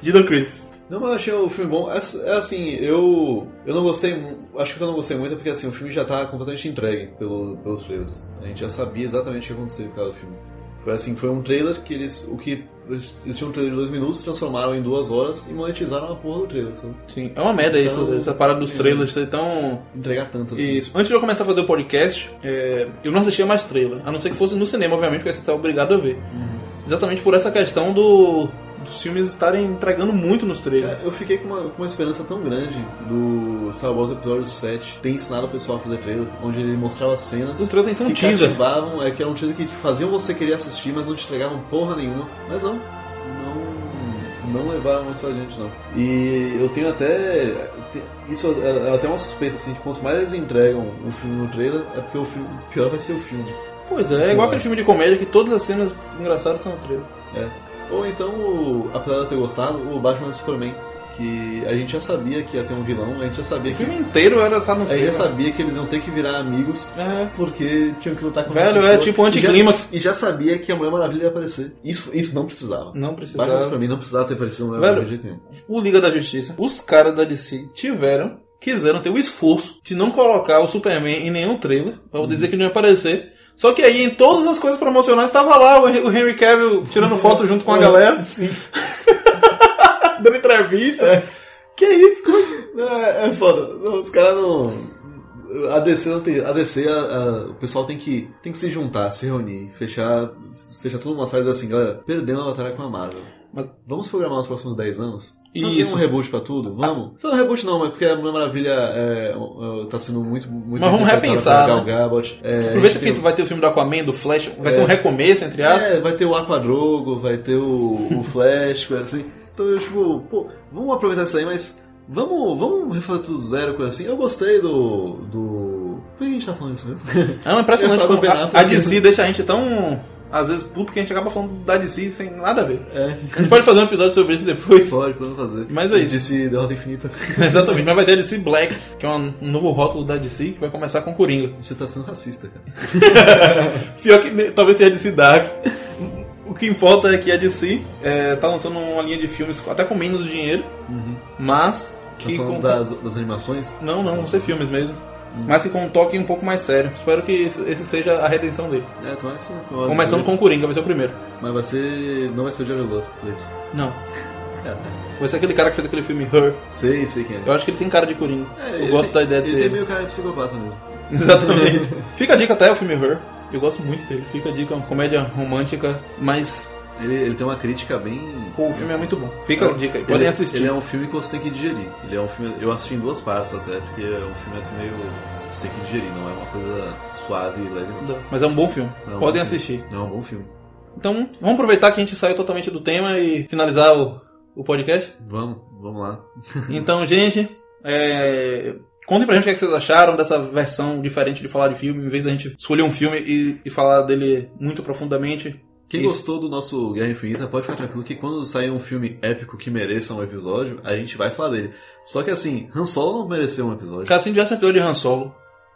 Speaker 1: Dino Chris.
Speaker 2: Não, mas eu achei o filme bom. É é assim, eu. Eu não gostei. mu- Acho que eu não gostei muito é porque assim, o filme já tá completamente entregue pelo, pelos trailers. A gente já sabia exatamente o que ia acontecer por causa do filme. Foi assim, foi um trailer que eles. O que. Eles eles tinham um trailer de dois minutos, transformaram em duas horas e monetizaram a porra do trailer. Sabe?
Speaker 1: Sim, é uma merda isso,
Speaker 2: Então,
Speaker 1: essa parada dos
Speaker 2: é.
Speaker 1: trailers ser tão.
Speaker 2: Entregar tanto assim.
Speaker 1: Isso. Antes de eu começar a fazer o podcast, é, eu não assistia mais trailer. A não ser que fosse no cinema, obviamente, porque você tá obrigado a ver.
Speaker 2: Uhum.
Speaker 1: Exatamente por essa questão do. dos filmes estarem entregando muito nos trailers.
Speaker 2: Cara, eu fiquei com uma, com uma esperança tão grande do Star Wars Episódio 7 ter ensinado o pessoal a fazer trailer, onde ele mostrava cenas.
Speaker 1: O trailer tem que ser um
Speaker 2: que
Speaker 1: teaser.
Speaker 2: cativavam, é que era um teaser que te faziam você querer assistir, mas não te entregavam porra nenhuma. Mas não, não, não levaram isso a gente, não. E eu tenho até. te- Isso é é até uma suspeita, assim, que quanto mais eles entregam o filme no trailer, é porque o filme pior vai ser o filme.
Speaker 1: Pois é, é igual aquele filme de comédia que todas as cenas engraçadas são no trailer.
Speaker 2: Ou então, o- apesar de eu ter gostado, o Batman vs Superman, que a gente já sabia que ia ter um vilão, a gente já sabia
Speaker 1: O
Speaker 2: que.
Speaker 1: filme inteiro era tá no
Speaker 2: A gente
Speaker 1: trailer.
Speaker 2: já sabia que eles iam ter que virar amigos
Speaker 1: É.
Speaker 2: porque tinham que lutar contra
Speaker 1: Velho,
Speaker 2: a pessoa.
Speaker 1: é tipo um
Speaker 2: E já-
Speaker 1: anticlímax.
Speaker 2: E já sabia que a Mulher Maravilha ia aparecer. Isso, isso não precisava.
Speaker 1: Não
Speaker 2: Batman
Speaker 1: precisava.
Speaker 2: pra mim não precisava ter aparecido a Mulher
Speaker 1: Velho.
Speaker 2: Maravilha de jeito nenhum.
Speaker 1: O Liga da Justiça. Os caras da DC tiveram, quiseram ter o esforço de não colocar o Superman em nenhum trailer, pra
Speaker 2: Uhum.
Speaker 1: poder dizer que não ia aparecer. Só que aí, em todas as coisas promocionais, tava lá o Hen- o Henry Cavill tirando foto junto com a galera,
Speaker 2: É. Sim.
Speaker 1: dando entrevista. Que isso? Como é que-
Speaker 2: É, é foda. Não, os caras não. A DC, não tem, a DC a- a- o pessoal tem que, tem que se juntar, se reunir, fechar, fechar tudo numa sala e dizer assim, galera, perdendo a batalha com a Marvel.
Speaker 1: Mas-
Speaker 2: Vamos programar os próximos 10 anos? Fazer
Speaker 1: Isso.
Speaker 2: um reboot pra tudo? Vamos? Não, Ah, um reboot não, mas porque a Mulher Maravilha é, é, tá sendo muito, muito
Speaker 1: Mas vamos
Speaker 2: interpretada
Speaker 1: repensar,
Speaker 2: pela Gal
Speaker 1: né?
Speaker 2: Gadot. É, a gente
Speaker 1: Aproveita que
Speaker 2: tem-
Speaker 1: vai ter o filme do Aquaman, do Flash, vai ter um recomeço, entre aspas.
Speaker 2: É, vai ter o Aquadrogo, vai ter o, o Flash, coisa assim. Então eu, tipo, pô, vamos aproveitar isso aí, mas Vamos, vamos refazer tudo do zero, coisa assim. Eu gostei do. do. Por que a gente tá falando isso mesmo?
Speaker 1: Não, é impressionante
Speaker 2: Eu
Speaker 1: como
Speaker 2: falo do Ben
Speaker 1: a,
Speaker 2: Affleck.
Speaker 1: a DC deixa a gente tão, às vezes, puto que a gente acaba falando da DC sem nada a ver.
Speaker 2: é,
Speaker 1: A gente pode fazer um episódio sobre isso depois.
Speaker 2: fora, podemos fazer.
Speaker 1: Mas é isso.
Speaker 2: Disse Derrota Infinita.
Speaker 1: Exatamente, mas vai ter a DC Black, que é um um novo rótulo da DC que vai começar com Coringa.
Speaker 2: Você tá sendo racista, cara.
Speaker 1: Pior que ne- talvez seja a DC Dark. O que importa é que a DC é, tá lançando uma linha de filmes até com menos dinheiro, mas
Speaker 2: Que
Speaker 1: que
Speaker 2: Uhum. Tá falando
Speaker 1: com...
Speaker 2: das, Uhum. das animações?
Speaker 1: Não, não, vão ser filmes mesmo. Mas que com um toque um pouco mais sério. Espero que esse esse seja a redenção deles.
Speaker 2: É, então é assim.
Speaker 1: Começando com Coringa, vai ser o primeiro.
Speaker 2: Mas vai ser. Não vai ser o Jared Leto.
Speaker 1: Não.
Speaker 2: Cara,
Speaker 1: Vai ser aquele cara que fez aquele filme Her.
Speaker 2: sei, sei quem é.
Speaker 1: Eu acho que ele tem cara de Coringa.
Speaker 2: É,
Speaker 1: eu
Speaker 2: ele
Speaker 1: gosto
Speaker 2: tem-
Speaker 1: da ideia de
Speaker 2: Ele
Speaker 1: ser
Speaker 2: tem
Speaker 1: ele.
Speaker 2: meio cara de psicopata mesmo.
Speaker 1: Exatamente. Fica a dica até o filme Her. Eu gosto muito dele. Fica a dica, é uma comédia romântica, mas
Speaker 2: Ele, ele tem uma crítica bem. assim.
Speaker 1: pô, o filme é muito bom. Fica a dica, aí, podem
Speaker 2: ele,
Speaker 1: assistir.
Speaker 2: Ele é um filme que você tem que digerir. Ele é um filme. Eu assisti em duas partes até, porque é um filme assim meio. Você tem que digerir, não é uma coisa suave e leve. não.
Speaker 1: Mas é um bom filme.
Speaker 2: É um
Speaker 1: podem
Speaker 2: bom filme.
Speaker 1: assistir.
Speaker 2: Não, é um bom filme.
Speaker 1: Então, vamos aproveitar que a gente saiu totalmente do tema e finalizar o, o podcast.
Speaker 2: Vamos, vamos lá.
Speaker 1: Então, gente, é... contem pra gente o que, é que vocês acharam dessa versão diferente de falar de filme, em vez da gente escolher um filme e, e falar dele muito profundamente.
Speaker 2: Quem
Speaker 1: Isso.
Speaker 2: gostou do nosso Guerra Infinita, pode ficar tranquilo que quando sair um filme épico que mereça um episódio, a gente vai falar dele. Só que assim, Han Solo não mereceu um episódio.
Speaker 1: Cara, se não tivesse um episódio de Han Solo,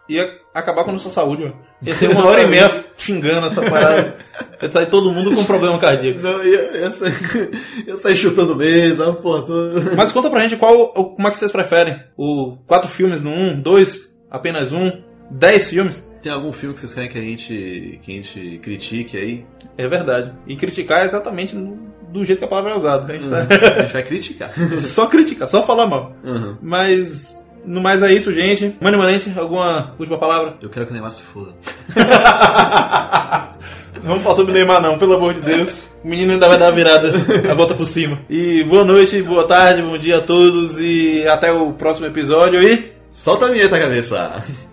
Speaker 1: ia acabar com a nossa saúde, mano. Ia ser uma hora e meia xingando essa parada. Ia sair todo mundo com problema cardíaco.
Speaker 2: Não, ia, ia, sair, ia sair chutando mesa, porra, tô...
Speaker 1: Mas conta pra gente qual, como é que vocês preferem. O quatro filmes no um, dois, apenas um, dez filmes.
Speaker 2: Tem algum filme que vocês querem que a gente, que a gente critique aí?
Speaker 1: É verdade. E criticar é exatamente no- do jeito que a palavra é usada. A gente tá...
Speaker 2: A gente vai criticar.
Speaker 1: só criticar, só falar mal.
Speaker 2: Uhum.
Speaker 1: Mas, no mais é isso, gente. Mano Manente, alguma última palavra?
Speaker 2: Eu quero que o Neymar se foda.
Speaker 1: Não vamos falar sobre Neymar não, pelo amor de Deus. O menino ainda vai dar a virada, a volta por cima. E boa noite, boa tarde, bom dia a todos e até o próximo episódio e...
Speaker 2: Solta a vinheta, cabeça!